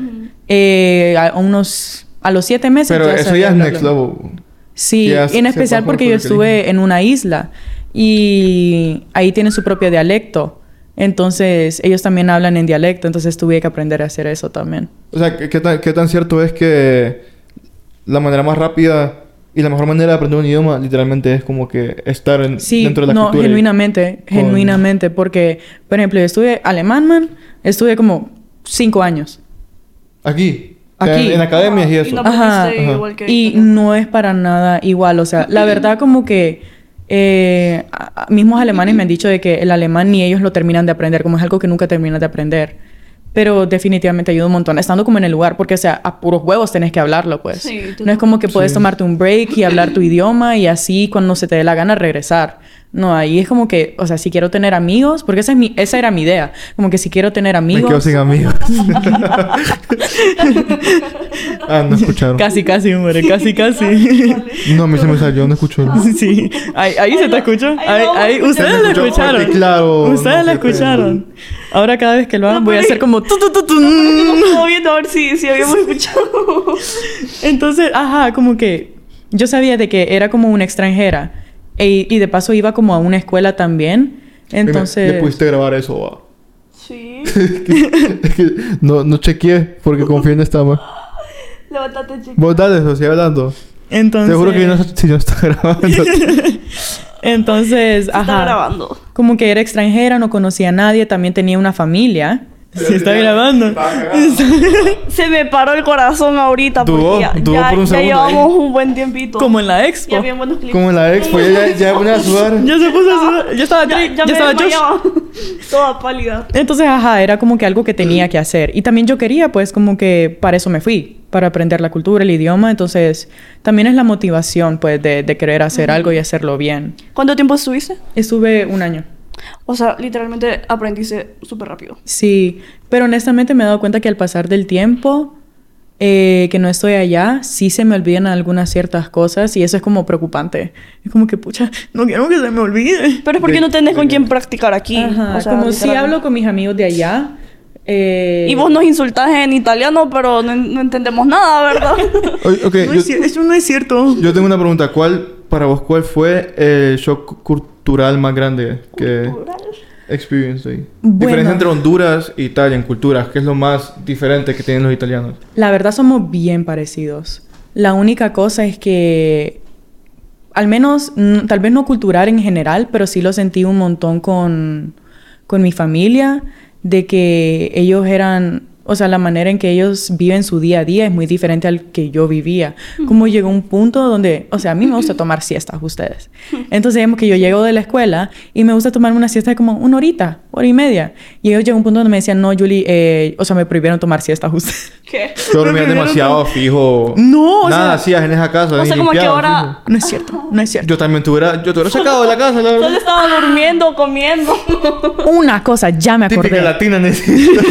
Speaker 3: Eh, a a unos... A los 7 meses...
Speaker 1: Pero eso
Speaker 3: sabía
Speaker 1: ya es
Speaker 3: hablarlo.
Speaker 1: next level.
Speaker 3: Sí,
Speaker 1: Que ya
Speaker 3: y en
Speaker 1: se baja
Speaker 3: especial
Speaker 1: el
Speaker 3: porque yo estuve en una isla y ahí tienen su propio dialecto. Entonces, ellos también hablan en dialecto, entonces tuve que aprender a hacer eso también.
Speaker 1: O sea, ¿qué, qué tan, qué tan cierto es que la manera más rápida y la mejor manera de aprender un idioma literalmente es como que estar en-
Speaker 3: Sí,
Speaker 1: dentro de la
Speaker 3: no,
Speaker 1: cultura? y-
Speaker 3: genuinamente,
Speaker 1: con-
Speaker 3: genuinamente, porque, por ejemplo, yo estuve alemán, man, estuve como cinco años.
Speaker 1: Aquí.
Speaker 3: Aquí.
Speaker 1: En, en academias y
Speaker 2: Y
Speaker 1: eso.
Speaker 2: no-
Speaker 3: Ajá.
Speaker 2: aprendiste igual que
Speaker 3: Y
Speaker 2: italiano.
Speaker 3: no es para nada igual. O sea, la verdad como que eh, a- a- mismos alemanes me han dicho de que el alemán ni ellos lo terminan de aprender, como es algo que nunca terminas de aprender. Pero definitivamente ayuda un montón, estando como en el lugar, porque o sea, a puros huevos tenés que hablarlo, pues.
Speaker 2: Sí,
Speaker 3: no es como que puedes
Speaker 1: Sí.
Speaker 3: tomarte un break y hablar
Speaker 2: <laughs>
Speaker 3: tu idioma y así cuando se te dé la gana regresar. No, ahí es como que, o sea, si quiero tener amigos, porque esa, es mi, esa era mi idea, como que si quiero tener
Speaker 1: Me quedo
Speaker 3: amigos,
Speaker 1: sin
Speaker 3: <laughs>
Speaker 1: amigos. ah, no escucharon.
Speaker 3: casi, casi, hombre,
Speaker 2: <laughs>
Speaker 3: casi, casi.
Speaker 1: No, a mí se me salió, no escucharon.
Speaker 3: <laughs> Sí, ahí, ahí se te escuchó.
Speaker 2: ahí
Speaker 3: Ahí,
Speaker 2: lo
Speaker 3: ahí-
Speaker 2: escuché.
Speaker 3: ustedes lo
Speaker 1: Yo porque,
Speaker 3: escucharon.
Speaker 1: claro,
Speaker 3: Ustedes
Speaker 1: no
Speaker 3: lo
Speaker 1: sé, pero-
Speaker 3: escucharon. Ahora cada vez que lo hagan
Speaker 2: No,
Speaker 3: voy a
Speaker 2: pero-
Speaker 3: hacer como... tu, tu, tu, tum.
Speaker 2: Estaba viendo a ver si, si habíamos
Speaker 1: <laughs>
Speaker 2: escuchado.
Speaker 3: Entonces, ajá, como que yo sabía de que era como una extranjera. E- y de paso iba como a una escuela también.
Speaker 1: Mira, Le
Speaker 3: Entonces...
Speaker 1: pudiste grabar eso, va.
Speaker 2: Sí.
Speaker 1: Es que no, no chequeé porque confío en esta ma.
Speaker 2: Levantate, chica.
Speaker 1: Vos dale eso, sigue hablando.
Speaker 3: entonces
Speaker 1: Te juro que yo no, si no está <laughs> grabando.
Speaker 3: Entonces,
Speaker 2: Está
Speaker 3: ajá.
Speaker 2: grabando. <laughs>
Speaker 3: Como que era extranjera, no conocía a nadie, también tenía una familia. Sí, está grabando. <laughs>
Speaker 2: Se me paró el corazón ahorita
Speaker 1: Dudó,
Speaker 2: porque ya,
Speaker 1: dudó
Speaker 2: ya-
Speaker 1: por un
Speaker 2: ya
Speaker 1: segundo ahí.
Speaker 2: llevamos un buen tiempito.
Speaker 3: Como en la <laughs> expo.
Speaker 2: Ya bien buenos clips.
Speaker 1: Como en la expo, ya, ya, ya me voy a sudar.
Speaker 3: Yo se puso a sudar. Yo estaba
Speaker 2: Ya,
Speaker 3: tri- yo
Speaker 2: ya me
Speaker 3: estaba Josh.
Speaker 2: desmayaba. Toda pálida.
Speaker 3: Entonces, ajá, era como que algo que tenía que hacer. Y también yo quería, pues, como que para eso me fui, para aprender la cultura, el idioma. Entonces, también es la motivación, pues, de, de querer hacer algo y hacerlo bien.
Speaker 2: ¿Cuánto tiempo estuviste?
Speaker 3: Estuve un año.
Speaker 2: O sea, literalmente aprendiste súper rápido.
Speaker 3: Sí, pero honestamente me he dado cuenta que al pasar del tiempo eh, que no estoy allá, sí se me olvidan algunas ciertas cosas y eso es como preocupante. Es como que, pucha, no quiero que se me olvide.
Speaker 2: Pero es porque
Speaker 1: De-
Speaker 2: no tenés con
Speaker 1: de-
Speaker 2: quién practicar aquí.
Speaker 3: Ajá,
Speaker 2: o sea,
Speaker 3: como si
Speaker 2: literalmente.
Speaker 3: hablo con mis amigos de allá. eh,
Speaker 2: Y vos nos insultás en italiano, pero no, no entendemos nada, ¿verdad? <laughs>
Speaker 1: Oye, ok,
Speaker 3: No
Speaker 1: yo,
Speaker 3: es cier- eso no es cierto.
Speaker 1: yo tengo una pregunta. ¿Cuál, para vos, cuál fue el shock cultural más grande que experience ahí?
Speaker 3: Bueno.
Speaker 1: Diferencia entre Honduras e Italia en culturas. ¿Qué es lo más diferente que tienen los italianos?
Speaker 3: La verdad somos bien parecidos. La única cosa es que, al menos, mm, tal vez no cultural en general, pero sí lo sentí un montón con, con mi familia, de que ellos eran O sea, la manera en que ellos viven su día a día es muy diferente al que yo vivía. Como llegó un punto donde, o sea, a mí me gusta tomar siestas, ustedes. Entonces, digamos que yo llego de la escuela y me gusta tomarme una siesta de como una horita, hora y media. Y ellos llegan a un punto donde me decían, no, Julie, eh, o sea, me prohibieron tomar siestas, <laughs> ustedes.
Speaker 2: ¿Qué?
Speaker 1: Yo dormía
Speaker 3: Me vieron
Speaker 1: demasiado fijo.
Speaker 3: No, o
Speaker 1: Nada
Speaker 3: sea-
Speaker 1: hacías en esa casa.
Speaker 2: O sea,
Speaker 1: ni
Speaker 2: como que
Speaker 1: limpiabas,
Speaker 2: ahora
Speaker 3: No es cierto, no
Speaker 1: fijo.
Speaker 3: es cierto.
Speaker 1: Yo también te hubiera, yo te hubiera sacado de la casa, la
Speaker 2: solo
Speaker 1: verdad.
Speaker 2: estaba durmiendo, comiendo.
Speaker 3: Una cosa, ya me acordé.
Speaker 1: Típica latina <laughs> necesita.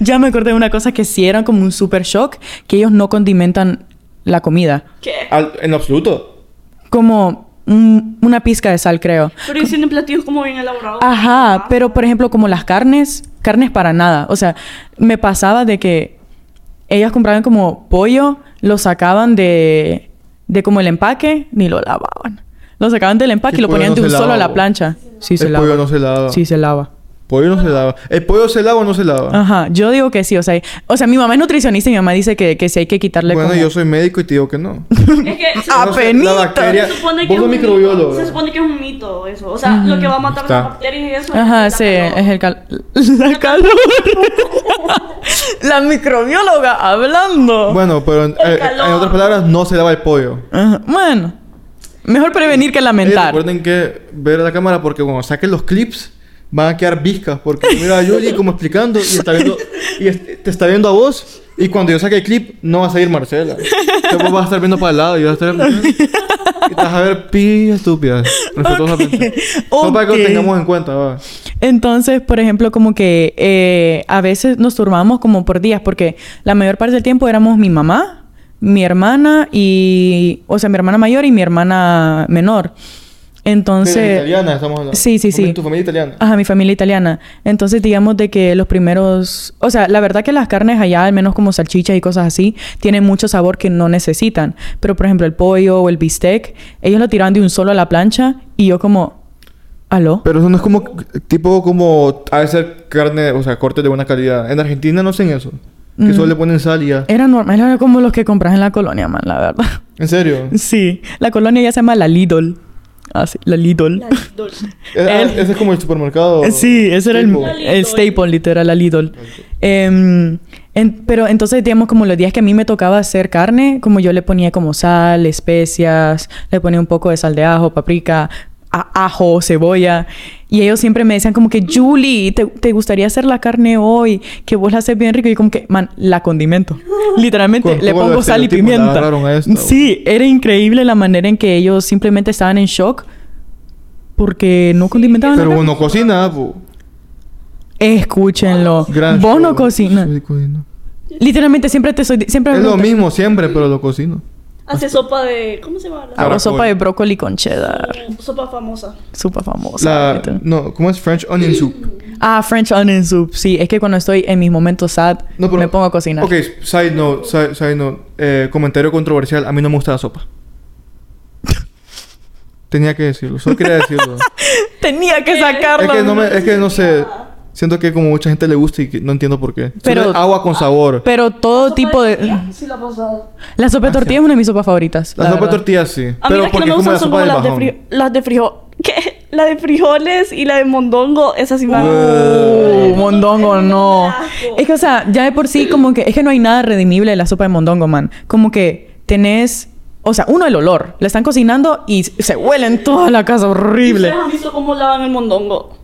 Speaker 3: Ya me acordé de una cosa que sí era como un super shock, que ellos no condimentan la comida.
Speaker 2: ¿Qué?
Speaker 1: Al- en absoluto.
Speaker 3: Como un- una pizca de sal, creo.
Speaker 2: Pero ellos tienen platillos como bien elaborados.
Speaker 3: Ajá,
Speaker 2: Ah.
Speaker 3: pero por ejemplo, como las carnes, carnes para nada. O sea, me pasaba de que ellas compraban como pollo, lo sacaban de, de como el empaque, ni lo lavaban. Lo sacaban del empaque
Speaker 1: El
Speaker 3: y lo
Speaker 1: pollo
Speaker 3: ponían
Speaker 1: no
Speaker 3: de
Speaker 1: se
Speaker 3: un solo
Speaker 1: lava, bo.
Speaker 3: a la plancha. Sí, se
Speaker 1: el
Speaker 3: lava.
Speaker 1: pollo no se lava.
Speaker 3: Sí, Ah, se lava.
Speaker 1: Pollo no se lava. ¿El pollo se lava o no se lava?
Speaker 3: Ajá, yo digo que sí, o sea, o sea, mi mamá es nutricionista y mi mamá dice que, que sí hay que quitarle
Speaker 1: bueno,
Speaker 3: como-
Speaker 1: yo soy médico y te digo que no.
Speaker 2: Es que se,
Speaker 3: Ah,
Speaker 1: No sé,
Speaker 3: penita.
Speaker 1: La bacteria.
Speaker 2: se supone que
Speaker 1: Vos
Speaker 2: es
Speaker 1: sos
Speaker 2: un
Speaker 1: microbiólogo.
Speaker 2: mito. Se supone que es un mito eso. O sea, lo que va a matar
Speaker 1: Está.
Speaker 2: las bacterias y eso
Speaker 3: Ajá,
Speaker 2: es la
Speaker 3: sí,
Speaker 2: calor.
Speaker 3: es el cal... La
Speaker 2: <laughs>
Speaker 3: calor. la microbióloga hablando. Bueno.
Speaker 1: Bueno, pero en,
Speaker 2: El
Speaker 1: eh,
Speaker 2: calor.
Speaker 1: en otras palabras, no se lava el pollo.
Speaker 3: bueno, mejor prevenir que
Speaker 1: Eh,
Speaker 3: lamentar.
Speaker 1: recuerden que ver a la cámara porque cuando saquen los clips van a quedar viscas porque mira a Yuli como explicando y, está viendo, y es- te está viendo a vos y cuando yo saque el clip no va a salir Marcela. Entonces vos vas a estar viendo para el lado y vas a estar y te vas a ver pi estúpidas. Respetuosamente. Solo para que
Speaker 3: ok.
Speaker 1: lo tengamos en cuenta. va.
Speaker 3: Entonces, por ejemplo, como que eh, a veces nos turmábamos como por días, porque la mayor parte del tiempo éramos mi mamá, mi hermana y, o sea, mi hermana mayor y mi hermana menor.
Speaker 1: Familia
Speaker 3: Entonces,
Speaker 1: italiana estamos hablando.
Speaker 3: Sí, sí, sí.
Speaker 1: Tu familia italiana.
Speaker 3: Ajá, mi familia italiana. Entonces, digamos de que los primeros... O sea, la verdad que las carnes allá, al menos como salchichas y cosas así, tienen mucho sabor que no necesitan. Pero, por ejemplo, el pollo o el bistec, ellos lo tiraban de un solo a la plancha y yo como... ¿Aló?
Speaker 1: Pero eso no es como tipo como a veces carne, o sea, cortes de buena calidad. En Argentina no hacen eso. Que
Speaker 3: Mm.
Speaker 1: solo le ponen sal y ya.
Speaker 3: Era normal, era como los que compras en la colonia, man, la verdad.
Speaker 1: <laughs> ¿En
Speaker 3: <laughs>
Speaker 1: serio?
Speaker 3: Sí, la colonia ya se llama la Lidl. Ah, sí, la Lidl.
Speaker 2: La dulce.
Speaker 1: Eh,
Speaker 3: El-
Speaker 1: ese es como el supermercado.
Speaker 3: Eh, Sí, ese era el,
Speaker 1: tipo.
Speaker 2: La
Speaker 3: el
Speaker 2: Lidl.
Speaker 3: staple, literal, la Lidl. Em, en- pero entonces, digamos, como los días que a mí me tocaba hacer carne, como yo le ponía como sal, especias, le ponía un poco de sal de ajo, paprika, a- ajo, cebolla. Y ellos siempre me decían como que, Julie, ¿te, te gustaría hacer la carne hoy? Que vos la haces bien rico. Y yo como que, man, la condimento. Literalmente,
Speaker 1: Con
Speaker 3: le
Speaker 1: todos los
Speaker 3: pongo sal y
Speaker 1: estereotipos la
Speaker 3: pimienta.
Speaker 1: agarraron a esta, güey.
Speaker 3: sí, era increíble la manera en que ellos simplemente estaban en shock porque no condimentaban la
Speaker 1: Pero
Speaker 3: carne.
Speaker 1: uno cocina, po.
Speaker 3: Escúchenlo.
Speaker 1: Gran
Speaker 3: Vos no
Speaker 1: show.
Speaker 3: cocinas.
Speaker 1: Sí, cocino.
Speaker 3: Literalmente siempre te soy siempre me
Speaker 1: Es lo
Speaker 3: preguntan,
Speaker 1: mismo siempre, pero lo cocino.
Speaker 2: Hace sopa de. ¿Cómo se llama? la-
Speaker 3: Hago
Speaker 1: Caracol.
Speaker 3: sopa de brócoli con cheddar.
Speaker 2: Sopa famosa.
Speaker 3: Súper famosa.
Speaker 1: La,
Speaker 3: literal.
Speaker 1: no, ¿cómo es French onion soup?
Speaker 3: Ah, French onion soup. Sí, es que cuando estoy en mis momentos sad,
Speaker 1: No, pero-
Speaker 3: me pongo a cocinar.
Speaker 1: Ok, side note, side, side note. Eh, comentario controversial. A mí no me gusta la
Speaker 3: <laughs>
Speaker 1: sopa. Tenía que decirlo, solo quería decirlo.
Speaker 3: <laughs> <laughs> Tenía que
Speaker 1: es
Speaker 3: sacarlo.
Speaker 1: que no me, es que no sé. Siento que como mucha gente le gusta y que no entiendo por qué. Solo
Speaker 3: Pero-
Speaker 1: es agua con sabor.
Speaker 3: Pero todo
Speaker 2: ¿Sopa
Speaker 3: tipo de.
Speaker 2: tortilla? Sí, la pasada.
Speaker 3: La sopa de tortilla es una de mis sopas favoritas.
Speaker 1: Ah, la,
Speaker 3: la
Speaker 1: sopa de
Speaker 3: verdad.
Speaker 1: tortilla sí.
Speaker 2: A mí
Speaker 1: pero
Speaker 2: las que no
Speaker 1: porque
Speaker 2: me
Speaker 1: como la
Speaker 2: gustan son
Speaker 1: sopa
Speaker 2: como
Speaker 1: del
Speaker 2: las de,
Speaker 1: bajón.
Speaker 2: fri- las de frijol. <laughs> ¿Qué? La de frijoles y la de mondongo. Esas sí me
Speaker 3: Uh, mondongo, no.
Speaker 2: Asco.
Speaker 3: Es que, o sea, ya de por sí, como que es que no hay nada redimible de la sopa de mondongo, man. Como que tenés, o sea, uno el olor. La están cocinando y se huele en toda la casa, horrible.
Speaker 2: <laughs> ¿Ustedes han visto cómo lavan el mondongo?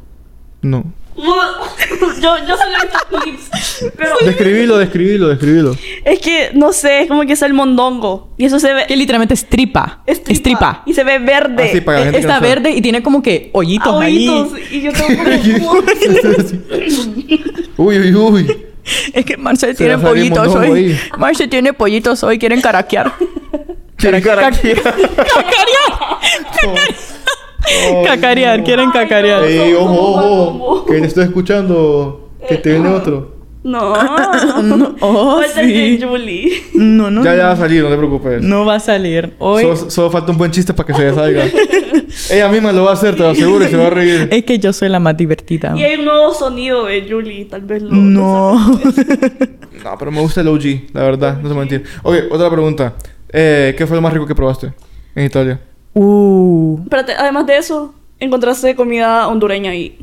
Speaker 2: <laughs>
Speaker 1: No.
Speaker 2: yo, yo solo he visto clips. Pero
Speaker 1: Describilo, describilo, describilo.
Speaker 2: es que, no sé, es como que es el mondongo. Y eso se ve...
Speaker 3: Que literalmente estripa.
Speaker 2: estripa,
Speaker 3: Estripa.
Speaker 2: Y se ve verde.
Speaker 1: Así para la gente que
Speaker 3: Está
Speaker 1: no sabe.
Speaker 3: verde y tiene como que hoyitos
Speaker 2: Ah, Ahoguitos.
Speaker 3: ahí.
Speaker 2: Y yo tengo
Speaker 3: <laughs>
Speaker 2: como...
Speaker 1: <laughs> uy, uy, uy.
Speaker 3: Es que Marcel
Speaker 1: Se
Speaker 3: tiene
Speaker 1: va a salir
Speaker 3: pollitos
Speaker 1: mondongo
Speaker 3: hoy.
Speaker 1: ahí.
Speaker 3: Marcel tiene pollitos hoy, quieren caraquear.
Speaker 2: <laughs>
Speaker 1: <laughs>
Speaker 3: Cacarear, quieren cacarear.
Speaker 1: Ey, ojo, ojo. Que te estoy escuchando. Que te viene otro. <laughs>
Speaker 2: no.
Speaker 3: Oh,
Speaker 2: Falta el de
Speaker 3: sí.
Speaker 2: Julie.
Speaker 3: No, no.
Speaker 1: Ya, ya va a salir, no te preocupes.
Speaker 3: No va a salir. Hoy.
Speaker 1: Solo, solo falta un buen chiste para que se salga.
Speaker 3: <laughs>
Speaker 1: Ella misma lo va a hacer, te lo aseguro, y se va a reír.
Speaker 3: Es que yo soy la más divertida.
Speaker 2: Y hay un nuevo sonido de Julie. Tal vez lo...
Speaker 3: No.
Speaker 1: <laughs> No, pero me gusta el OG, la verdad, no te voy a mentir. Ok, otra pregunta. Eh, ¿Qué fue lo más rico que probaste en Italia?
Speaker 3: <laughs> Uh.
Speaker 2: Espérate, además de eso, encontraste comida hondureña ahí.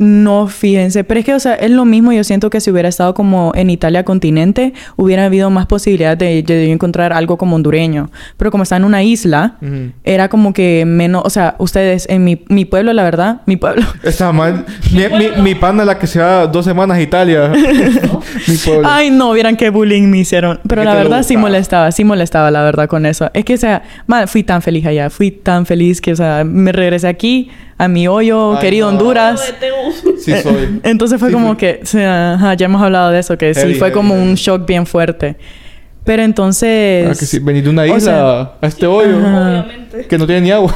Speaker 3: No, fíjense, pero es que, o sea, es lo mismo. Yo siento que si hubiera estado como en Italia continente, hubiera habido más posibilidades de, de yo encontrar algo como hondureño. Pero como está en una isla,
Speaker 1: Ujú.
Speaker 3: era como que menos. O sea, ustedes, en mi, mi pueblo, la verdad, mi pueblo.
Speaker 1: Está mal. Mi, mi, mi pana la que se va dos semanas a
Speaker 3: <laughs>
Speaker 1: Italia. <laughs> mi pueblo.
Speaker 3: Ay, no, vieran qué bullying me hicieron. Pero
Speaker 1: ¿Qué
Speaker 3: la
Speaker 1: te lo
Speaker 3: verdad sí
Speaker 1: buscaba?
Speaker 3: molestaba, sí molestaba la verdad con eso. Es que, o sea, man, fui tan feliz allá, fui tan feliz que, o sea, me regresé aquí, a mi hoyo,
Speaker 1: Ay,
Speaker 3: querido
Speaker 1: no.
Speaker 3: Honduras.
Speaker 2: <laughs>
Speaker 1: Sí soy.
Speaker 3: Eh, <laughs> Entonces fue
Speaker 1: Sí,
Speaker 3: como
Speaker 1: fui.
Speaker 3: que, o sea, ajá, ya hemos hablado de eso, que sí,
Speaker 1: Heavy,
Speaker 3: fue
Speaker 1: heavy,
Speaker 3: como
Speaker 1: heavy.
Speaker 3: un shock bien fuerte. Pero entonces...
Speaker 1: Ah, que sí. Venir de una
Speaker 3: O
Speaker 1: isla
Speaker 3: sea-
Speaker 1: a este hoyo.
Speaker 3: Ajá.
Speaker 2: Obviamente.
Speaker 1: Que no tiene ni agua.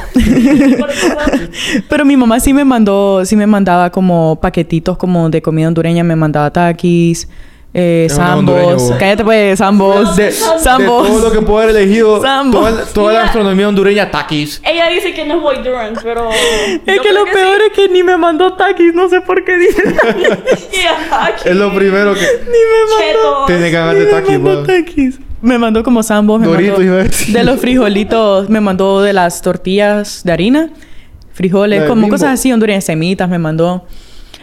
Speaker 3: Pero mi mamá sí me mandó, sí me mandaba como paquetitos como de comida hondureña, me mandaba taquis, eh,
Speaker 1: Es un hondureño,
Speaker 3: zambos,
Speaker 1: vos.
Speaker 3: cállate pues, zambos, <laughs>
Speaker 1: De, de
Speaker 3: zambos.
Speaker 1: todo lo que puedo haber elegido.
Speaker 3: Zambos.
Speaker 1: Toda, la- toda la gastronomía hondureña, taquis.
Speaker 2: Ella dice que no es Boy Durant,
Speaker 1: <laughs>
Speaker 2: pero.
Speaker 3: <laughs> Es que lo peor es que ni me mandó taquis, no sé por
Speaker 1: <laughs>
Speaker 3: qué dice taquis.
Speaker 2: <laughs>
Speaker 1: Es lo primero que.
Speaker 3: <laughs> ni me mandó.
Speaker 2: Cheto.
Speaker 1: Tiene ganas de
Speaker 3: <laughs> ni me
Speaker 1: taquis,
Speaker 3: mandó
Speaker 1: vos.
Speaker 3: taquis. Me mandó como zambos, me
Speaker 1: Doritos,
Speaker 3: mandó
Speaker 1: iba a decir.
Speaker 3: de los frijolitos, me mandó de las tortillas de harina, frijoles,
Speaker 1: La de
Speaker 3: como
Speaker 1: Bimbo.
Speaker 3: cosas así, hondureñas, semitas me mandó.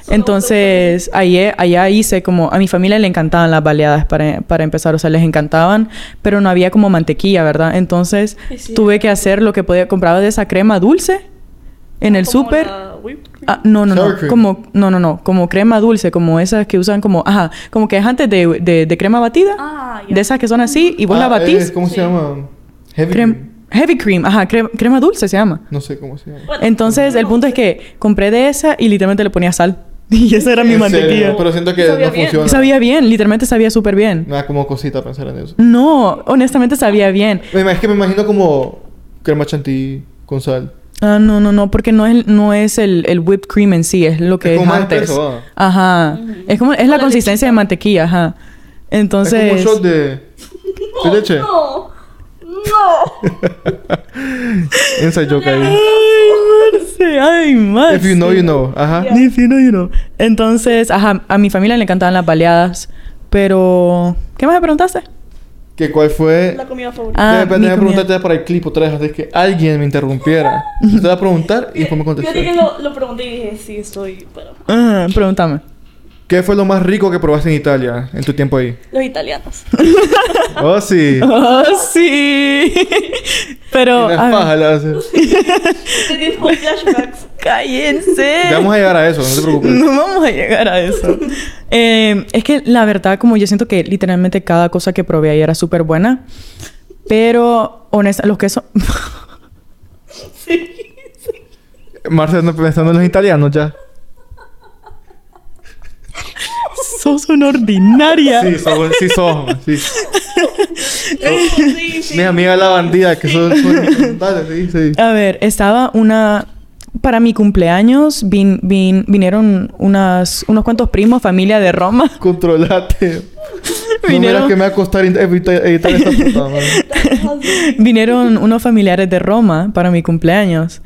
Speaker 3: Entonces, allá, allá hice como... A mi familia le encantaban las baleadas para, para empezar. O sea, les encantaban. Pero no había como mantequilla, ¿verdad? Entonces,
Speaker 2: Ay, sí.
Speaker 3: tuve que hacer lo que podía... Compraba de esa crema dulce en el súper. Ah, no, no,
Speaker 1: Sour
Speaker 3: no.
Speaker 1: cream.
Speaker 3: Como, no, no, no. Como crema dulce, como esas que usan como, ajá, como que es antes de, de, de crema batida.
Speaker 2: Ah, ya.
Speaker 3: De esas que son así y vos la
Speaker 1: Ah,
Speaker 3: batís.
Speaker 1: es- ¿Cómo se llama? Heavy.
Speaker 3: Crem-
Speaker 1: cream.
Speaker 3: heavy cream, ajá, cre- crema dulce se llama.
Speaker 1: No sé cómo se llama.
Speaker 2: Bueno,
Speaker 3: Entonces, el punto es que compré de esa y literalmente le ponía sal. <laughs> Y esa era mi
Speaker 1: En serio,
Speaker 3: mantequilla.
Speaker 1: Pero siento que
Speaker 2: Sabía
Speaker 1: no
Speaker 2: bien.
Speaker 1: funciona.
Speaker 3: Sabía bien, literalmente sabía súper bien.
Speaker 1: Me da como cosita pensar en eso.
Speaker 3: No, honestamente sabía bien.
Speaker 1: Me ima- Es que me imagino como crema chantilly con sal.
Speaker 3: Ah, no, no, no, porque no es, no es el, el whipped cream en sí, es lo que
Speaker 1: Es
Speaker 3: es,
Speaker 1: como más
Speaker 3: antes.
Speaker 1: espeso, ah.
Speaker 3: Ajá. Es como, es la,
Speaker 2: la
Speaker 3: consistencia de mantequilla, ajá. Entonces.
Speaker 1: es como un shot de... <laughs> de leche.
Speaker 2: No.
Speaker 1: <laughs>
Speaker 2: No.
Speaker 1: Inside joke ahí.
Speaker 3: Ay, Marce, ay, Marce.
Speaker 1: If you know, you know. Ajá.
Speaker 2: Yeah.
Speaker 3: If you know, you know. Entonces, ajá, a mi familia le encantaban las baleadas, pero... ¿Qué más me preguntaste?
Speaker 1: ¿Que cuál fue...?
Speaker 2: La comida favorita.
Speaker 3: Ah,
Speaker 1: Ah,
Speaker 3: mi
Speaker 1: de
Speaker 3: comida.
Speaker 1: preguntarte para el clip otra vez antes que alguien me interrumpiera. Te va a preguntar y después me
Speaker 2: Fíjate que
Speaker 1: contesté.
Speaker 2: lo, lo pregunté y dije, sí, estoy. Pero.
Speaker 1: Ah.
Speaker 3: Ajá, <laughs> pregúntame.
Speaker 1: ¿Qué fue lo más rico que probaste en Italia en tu tiempo ahí? <laughs>
Speaker 2: Los italianos.
Speaker 1: Oh, sí.
Speaker 3: Oh,
Speaker 1: <laughs>
Speaker 3: sí. pero...
Speaker 1: Unas
Speaker 3: a ver,
Speaker 1: pajas la
Speaker 3: <laughs>
Speaker 1: haces.
Speaker 2: Te tienen
Speaker 1: <laughs>
Speaker 2: como flashbacks.
Speaker 3: Cállense.
Speaker 1: Ya vamos a llegar a eso, no te preocupes.
Speaker 3: No vamos a llegar
Speaker 1: <laughs>
Speaker 3: a eso. Eh, es que la verdad, como yo siento que literalmente cada cosa que probé ahí era súper buena. Pero, honesta, los quesos... <laughs>
Speaker 2: Sí.
Speaker 1: Marcia anda pensando pues, en los italianos ya.
Speaker 3: sos una ordinaria.
Speaker 1: Sí, son, sí, son. Sí.
Speaker 2: No, sí, sí.
Speaker 1: Mis
Speaker 2: <laughs>
Speaker 1: amigas la bandida, que son, son dale, sí, sí.
Speaker 3: A ver, estaba una... Para mi cumpleaños vin- vin- vinieron unas, unos cuantos primos, familia de Roma.
Speaker 1: Controlate. No
Speaker 3: Vinieron-
Speaker 1: miras que me va a costar in- evitar, editar esta puta madre.
Speaker 2: Ah,
Speaker 3: Vinieron unos familiares de Roma para mi cumpleaños.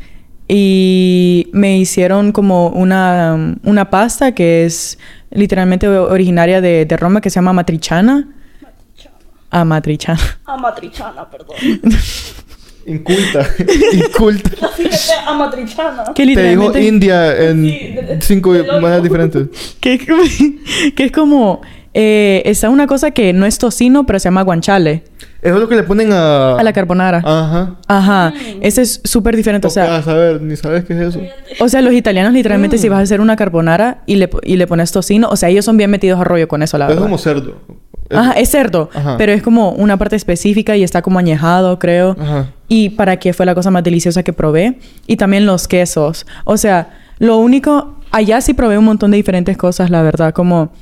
Speaker 3: Y me hicieron como una, una pasta que es literalmente o- originaria de, de Roma que se llama matrichana. Ah, matrichana.
Speaker 2: Amatrichana, perdón.
Speaker 1: Inculta.
Speaker 3: <laughs>
Speaker 1: Inculta.
Speaker 2: Fíjate,
Speaker 1: <laughs>
Speaker 2: amatrichana.
Speaker 3: Que
Speaker 1: Te dijo
Speaker 3: literalmente...
Speaker 1: India
Speaker 2: Sí, de-
Speaker 1: en
Speaker 2: de-
Speaker 1: cinco
Speaker 2: del hoyo.
Speaker 1: maneras diferentes.
Speaker 3: que, que es como... eh, está una cosa que no es tocino, pero se llama guanchale.
Speaker 1: Eso es lo que le ponen a...
Speaker 3: A la carbonara.
Speaker 1: Ajá.
Speaker 3: Ajá, ese es súper diferente. O
Speaker 1: Tocaba
Speaker 3: sea,
Speaker 1: saber, ni sabes qué es eso.
Speaker 3: o sea, los italianos literalmente si vas a hacer una carbonara y le, po- y le pones tocino, o sea, ellos son bien metidos a rollo con eso, la
Speaker 1: Es
Speaker 3: verdad. Ah,
Speaker 1: como cerdo.
Speaker 3: Ajá, es cerdo,
Speaker 1: Ajá.
Speaker 3: pero es como una parte específica y está como añejado, creo.
Speaker 1: Ajá.
Speaker 3: Y para qué fue la cosa más deliciosa que probé. Y también los quesos. O sea, lo único, allá sí probé un montón de diferentes cosas, la verdad. Como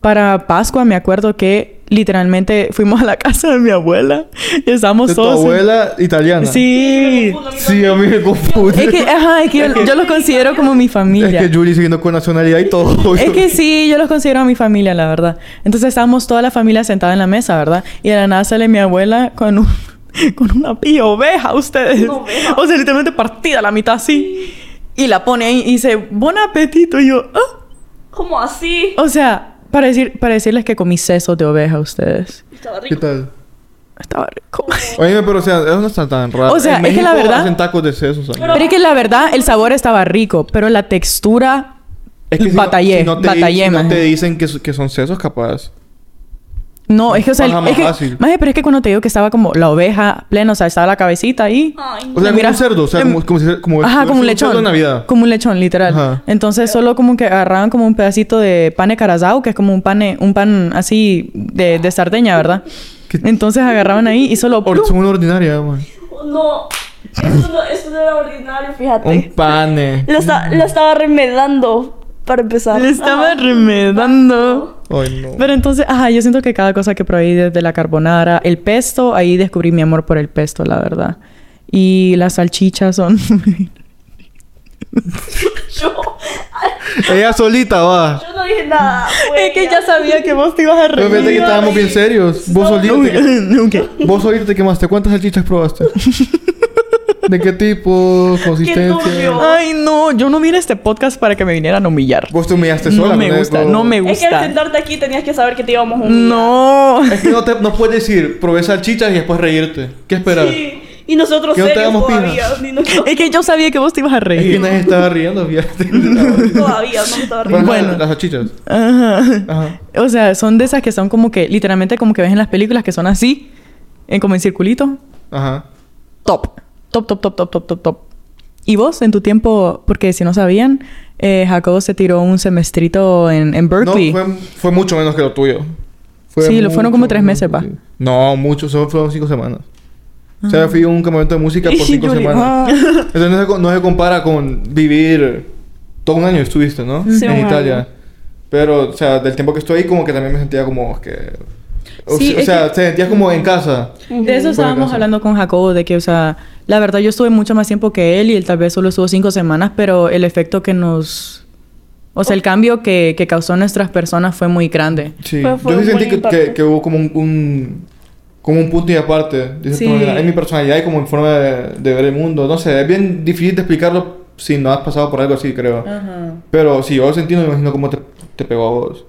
Speaker 3: para Pascua me acuerdo que literalmente fuimos a la <laughs> casa de mi abuela y estábamos
Speaker 1: De tu
Speaker 3: todos... en-
Speaker 1: abuela italiana.
Speaker 3: Sí.
Speaker 1: Sí, a mí me confunde.
Speaker 3: Es que, ajá, es que yo, yo los considero como mi familia.
Speaker 1: Es que Julie siguiendo con nacionalidad y todo.
Speaker 3: Es que sí, yo los considero a mi familia, la verdad. Entonces estábamos toda la familia sentada en la mesa, ¿verdad? Y de la nada sale mi abuela con un- <laughs> con una y oveja, ustedes.
Speaker 2: Una oveja.
Speaker 3: O sea, literalmente partida a la mitad así. Y la pone ahí y dice, buen apetito. Y yo, "Ah".
Speaker 2: ¿Cómo
Speaker 1: Oh.
Speaker 2: así?
Speaker 3: O sea, para, decir, para decirles que comí sesos de oveja, ustedes.
Speaker 2: Estaba
Speaker 1: ¿Qué
Speaker 2: rico.
Speaker 1: tal?
Speaker 3: Estaba rico.
Speaker 1: Oye, pero o sea, eso no está tan raro.
Speaker 3: O sea,
Speaker 1: En
Speaker 3: es que la
Speaker 1: México
Speaker 3: verdad-
Speaker 1: Hacen tacos de sesos. amigo.
Speaker 3: Pero es que la verdad, el sabor estaba rico, pero la textura
Speaker 1: Es que si no-
Speaker 3: Batallé,
Speaker 1: si no te, di-
Speaker 3: batallé,
Speaker 1: si no
Speaker 3: maje.
Speaker 1: te dicen que, su- que son sesos, capaz.
Speaker 3: No, es que, o sea,
Speaker 1: Ajá, más
Speaker 3: es que,
Speaker 1: fácil.
Speaker 3: maje, pero es que cuando te digo que estaba como la oveja plena, o sea, estaba la cabecita ahí.
Speaker 1: O
Speaker 2: Ay.
Speaker 1: sea, como
Speaker 3: Mira,
Speaker 1: un cerdo, o sea,
Speaker 3: em,
Speaker 1: como, como, si- como,
Speaker 3: Ajá, como
Speaker 1: cerdo
Speaker 3: un lechón.
Speaker 1: pues, de Navidad.
Speaker 3: Como un lechón, literal.
Speaker 1: Ajá.
Speaker 3: Entonces, solo como que agarraban como un pedacito de pan de carazao, que es como un pan, un pan así de, de sardeña, ¿verdad?
Speaker 1: ¿Qué?
Speaker 3: Entonces agarraban ahí y solo.
Speaker 1: Or- son una ordinaria, man.
Speaker 2: No, eso no, eso no era ordinario,
Speaker 1: Un
Speaker 2: fíjate.
Speaker 1: pane.
Speaker 2: La, esta- la estaba remedando para empezar.
Speaker 3: Le estaba
Speaker 2: Ajá.
Speaker 3: remedando.
Speaker 1: Ay, no.
Speaker 3: Pero entonces, ajá, yo siento que cada cosa que probé desde la carbonara, el pesto, ahí descubrí mi amor por el pesto, la verdad. Y las salchichas son.
Speaker 2: <laughs>
Speaker 3: <laughs>
Speaker 2: Yo,
Speaker 1: Ella solita va.
Speaker 2: yo no dije nada. fue ella.
Speaker 3: sabía que vos te ibas a
Speaker 1: Pero fíjate que estábamos bien serios. Vos solita,
Speaker 3: <laughs>
Speaker 1: te, vos solita te quemaste. ¿Cuántas salchichas probaste? ¿De qué tipo?
Speaker 2: turbio.
Speaker 1: ¿Consistencia?
Speaker 3: Ay, no, yo no vine a este podcast para que me vinieran a humillar.
Speaker 1: Vos te humillaste sola.
Speaker 3: No me
Speaker 1: con
Speaker 3: gusta,
Speaker 1: eso.
Speaker 3: no me
Speaker 2: Es que al
Speaker 3: gusta.
Speaker 2: sentarte aquí tenías que saber que te íbamos a humillar.
Speaker 1: <laughs>
Speaker 3: No.
Speaker 1: Es que no, te, no puedes decir, probé salchichas y después reírte. ¿Qué esperas?
Speaker 2: Sí. Y nosotros
Speaker 1: Que no te
Speaker 2: serios
Speaker 1: hagamos
Speaker 2: todavía.
Speaker 1: pinas. <laughs>
Speaker 2: ni nosotros
Speaker 3: Es que yo sabía que vos te ibas a
Speaker 1: Es que
Speaker 3: reír.
Speaker 1: nadie estaba riendo,
Speaker 2: <laughs>
Speaker 1: fíjate.
Speaker 2: todavía no estaba
Speaker 1: Pero
Speaker 2: riendo.
Speaker 1: ajá,
Speaker 3: Bueno.
Speaker 1: Las salchichas.
Speaker 3: Ajá.
Speaker 1: Ajá.
Speaker 3: O sea, son de esas que son como que, literalmente como que ves en las películas que son así, en como en circulito.
Speaker 1: Ajá.
Speaker 3: Top. Top, top, top, top, top, top, top. Y vos, en tu tiempo, porque si no sabían, eh, Jacobo se tiró un semestrito en, en
Speaker 1: No,
Speaker 3: Berkeley.
Speaker 1: fue, fue mucho menos que lo tuyo.
Speaker 3: Sí, lo fueron como
Speaker 1: mucho
Speaker 3: tres
Speaker 1: menos
Speaker 3: meses,
Speaker 1: que-
Speaker 3: pa.
Speaker 1: No, mucho, solo fueron cinco semanas. O
Speaker 3: Ah.
Speaker 1: sea, fui a un campamento de
Speaker 3: <laughs>
Speaker 1: música por cinco
Speaker 2: Yo le-
Speaker 1: semanas. Entonces no se, co- no se compara con vivir todo un año estuviste, ¿no?
Speaker 2: Sí,
Speaker 1: en
Speaker 2: un
Speaker 1: Italia.
Speaker 2: año.
Speaker 1: Pero, o sea, del tiempo que estoy ahí, como que también me sentía como que. O,
Speaker 3: Sí,
Speaker 1: se- o
Speaker 3: es
Speaker 1: sea, te sentías como en casa.
Speaker 3: De eso
Speaker 1: Fue
Speaker 3: estábamos
Speaker 1: casa.
Speaker 3: hablando con Jacobo, de que, o sea, la verdad yo estuve mucho más tiempo que él y él tal vez solo estuvo cinco semanas, pero el efecto que nos... O sea, el cambio que, que causó en nuestras personas fue muy grande.
Speaker 1: Sí.
Speaker 2: Fue- fue
Speaker 1: Yo
Speaker 2: un
Speaker 1: sí
Speaker 2: buen
Speaker 1: sentí que,
Speaker 2: impacto.
Speaker 1: que, que hubo como un, un- Como un punto y aparte, de cierta
Speaker 3: Sí.
Speaker 1: manera. En mi personalidad y como en forma de, de ver el mundo. No sé, es bien difícil de explicarlo si no has pasado por algo así, creo.
Speaker 3: Ah.
Speaker 1: Pero si yo lo sentí, no me imagino cómo te, te pegó a vos.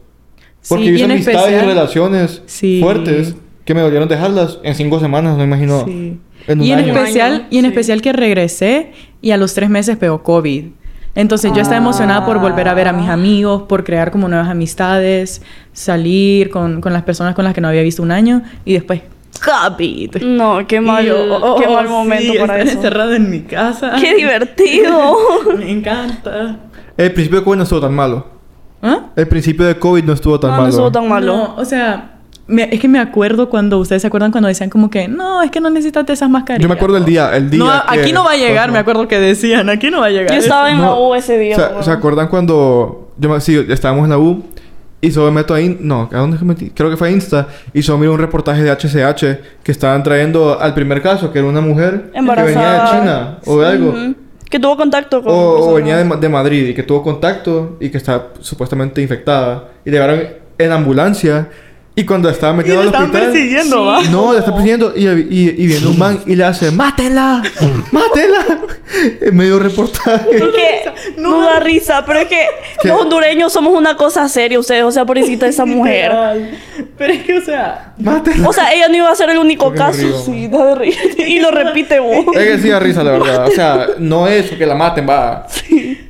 Speaker 1: Porque
Speaker 3: Sí, y
Speaker 1: hice
Speaker 3: en
Speaker 1: amistades y
Speaker 3: especial-
Speaker 1: relaciones
Speaker 3: Sí.
Speaker 1: fuertes que me dolieron dejarlas en cinco semanas, no imagino.
Speaker 3: Sí.
Speaker 1: En un
Speaker 3: y en
Speaker 1: año.
Speaker 3: especial,
Speaker 2: Un año,
Speaker 3: y en
Speaker 2: sí.
Speaker 3: especial que regresé y a los tres meses pegó COVID. Entonces yo estaba emocionada por volver a ver a mis amigos, por crear como nuevas amistades, salir con, con las personas con las que no había visto un año y después COVID.
Speaker 2: No, qué
Speaker 3: Y
Speaker 2: malo.
Speaker 3: yo,
Speaker 2: qué
Speaker 3: oh,
Speaker 2: mal
Speaker 3: sí,
Speaker 2: momento para
Speaker 3: estar
Speaker 2: eso.
Speaker 3: encerrado en mi casa.
Speaker 2: Qué divertido.
Speaker 3: <laughs> Me encanta.
Speaker 1: El principio de COVID no estuvo tan malo.
Speaker 3: ¿Ah?
Speaker 1: El principio de COVID no estuvo tan
Speaker 2: No,
Speaker 1: malo.
Speaker 2: no estuvo tan malo.
Speaker 3: No, o sea, me- es que me acuerdo cuando ustedes se acuerdan cuando decían como que no, es que no necesitas de esas mascarillas.
Speaker 1: Yo me acuerdo el día, el día.
Speaker 3: No,
Speaker 1: que-
Speaker 3: aquí no va a llegar,
Speaker 1: Ajá.
Speaker 3: me acuerdo que decían, aquí no va a llegar.
Speaker 2: Yo estaba en la
Speaker 1: No.
Speaker 2: U ese día.
Speaker 1: O sea,
Speaker 2: weón.
Speaker 1: ¿Se acuerdan cuando yo me, sí, estábamos en la U y solo me meto ahí? No, ¿a dónde es que metí? Creo que fue a Insta y solo miro un reportaje de HCH que estaban trayendo al primer caso, que era una mujer que venía
Speaker 2: Embarazada.
Speaker 1: de China o de algo.
Speaker 2: Ujú. Que tuvo contacto con.
Speaker 1: O, o venía de,
Speaker 2: personas.
Speaker 1: Ma- de Madrid y que tuvo contacto y que estaba supuestamente infectada. Y llegaron en ambulancia y cuando estaba
Speaker 3: Y
Speaker 1: metido
Speaker 3: lo
Speaker 1: al
Speaker 3: estaban
Speaker 1: hospital.
Speaker 3: persiguiendo, ¿va?
Speaker 1: No, la está persiguiendo y, y, y viene un man y le hace: ¡Mátela! ¡Mátela! <laughs> En medio reportaje.
Speaker 2: <laughs> Es que no, da risa, pero es que
Speaker 1: <laughs> ¿Qué?
Speaker 2: los hondureños somos una cosa seria, ustedes, o sea, pobrecita <laughs> esa mujer.
Speaker 3: Literal. Pero es que, o sea...
Speaker 1: ¡Mátela!
Speaker 2: O sea, ella no iba a ser el único
Speaker 1: Porque me
Speaker 2: caso.
Speaker 1: río,
Speaker 2: sí, da de risa. Y
Speaker 1: <laughs>
Speaker 2: lo repite vos.
Speaker 1: Es
Speaker 3: <laughs>
Speaker 1: que sí da risa, la verdad. O sea, no es que la maten, va.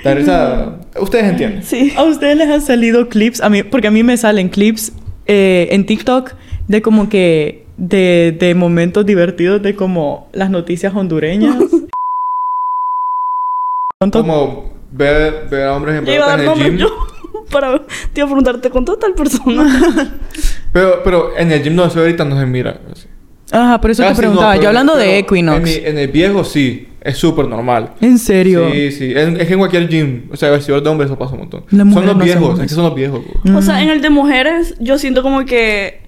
Speaker 1: La risa... Ustedes entienden.
Speaker 2: Sí.
Speaker 3: A ustedes les han salido clips, a mí, porque a mí me salen clips eh, en TikTok de como que... De, de momentos divertidos de como las noticias
Speaker 1: <laughs>
Speaker 3: hondureñas.
Speaker 1: Como ver, ver a hombres en
Speaker 2: Yo iba a
Speaker 1: pelotas en
Speaker 2: dar
Speaker 1: el
Speaker 2: nombres
Speaker 1: gym.
Speaker 2: yo <laughs> para te iba a preguntarte con toda tal
Speaker 3: <laughs>
Speaker 2: persona.
Speaker 1: Pero, pero en el gym no se ve ahorita, no se mira. así.
Speaker 3: Ajá, por eso
Speaker 1: Casi
Speaker 3: te preguntaba.
Speaker 1: no, pero-
Speaker 3: Yo hablando
Speaker 1: pero
Speaker 3: de
Speaker 1: En, mi-
Speaker 3: Equinox.
Speaker 1: en el viejo sí, es súper normal.
Speaker 3: En serio.
Speaker 1: Sí, sí. En- es que en cualquier gym, o sea, vestidor de hombres eso pasa un montón.
Speaker 3: Las
Speaker 1: Son
Speaker 3: mujeres
Speaker 1: los
Speaker 3: no
Speaker 1: viejos,
Speaker 3: hacemos
Speaker 1: es que son los viejos. güey.
Speaker 2: O sea, en el de mujeres, yo siento como que.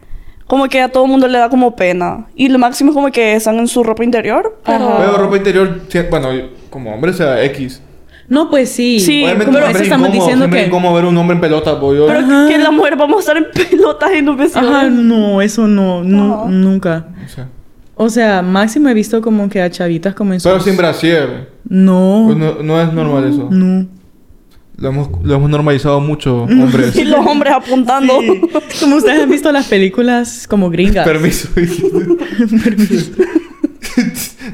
Speaker 2: Como que a todo mundo le da como pena. Y lo máximo es como que están en su ropa interior. Pero.
Speaker 3: Ajá.
Speaker 1: Pero ropa interior, sí, bueno, yo- como hombre, o sea, X.
Speaker 3: No, pues sí.
Speaker 2: Sí,
Speaker 1: Obviamente,
Speaker 3: pero
Speaker 1: me
Speaker 3: eso
Speaker 1: parece
Speaker 3: estamos
Speaker 1: incómodo,
Speaker 3: diciendo
Speaker 1: sí me
Speaker 3: que...
Speaker 1: incómodo ver un hombre en pelota, voy yo.
Speaker 2: Pero que, que las mujeres vamos a estar en <laughs> pelotas y no vestidos.
Speaker 3: Ajá, no, eso no, no,
Speaker 2: Ajá.
Speaker 3: nunca.
Speaker 1: O sea,
Speaker 3: O sea, máximo he visto como que a chavitas como en
Speaker 1: pero
Speaker 3: sus-
Speaker 1: sin brasier.
Speaker 3: No,
Speaker 1: Pues no, no es normal eso.
Speaker 3: no.
Speaker 1: Lo hemos, lo hemos normalizado mucho,
Speaker 3: Mm.
Speaker 1: hombres.
Speaker 2: Y los hombres apuntando.
Speaker 3: Sí. Como ustedes han visto las películas como <laughs> gringas.
Speaker 1: Permiso.
Speaker 3: <laughs>
Speaker 1: <laughs> next,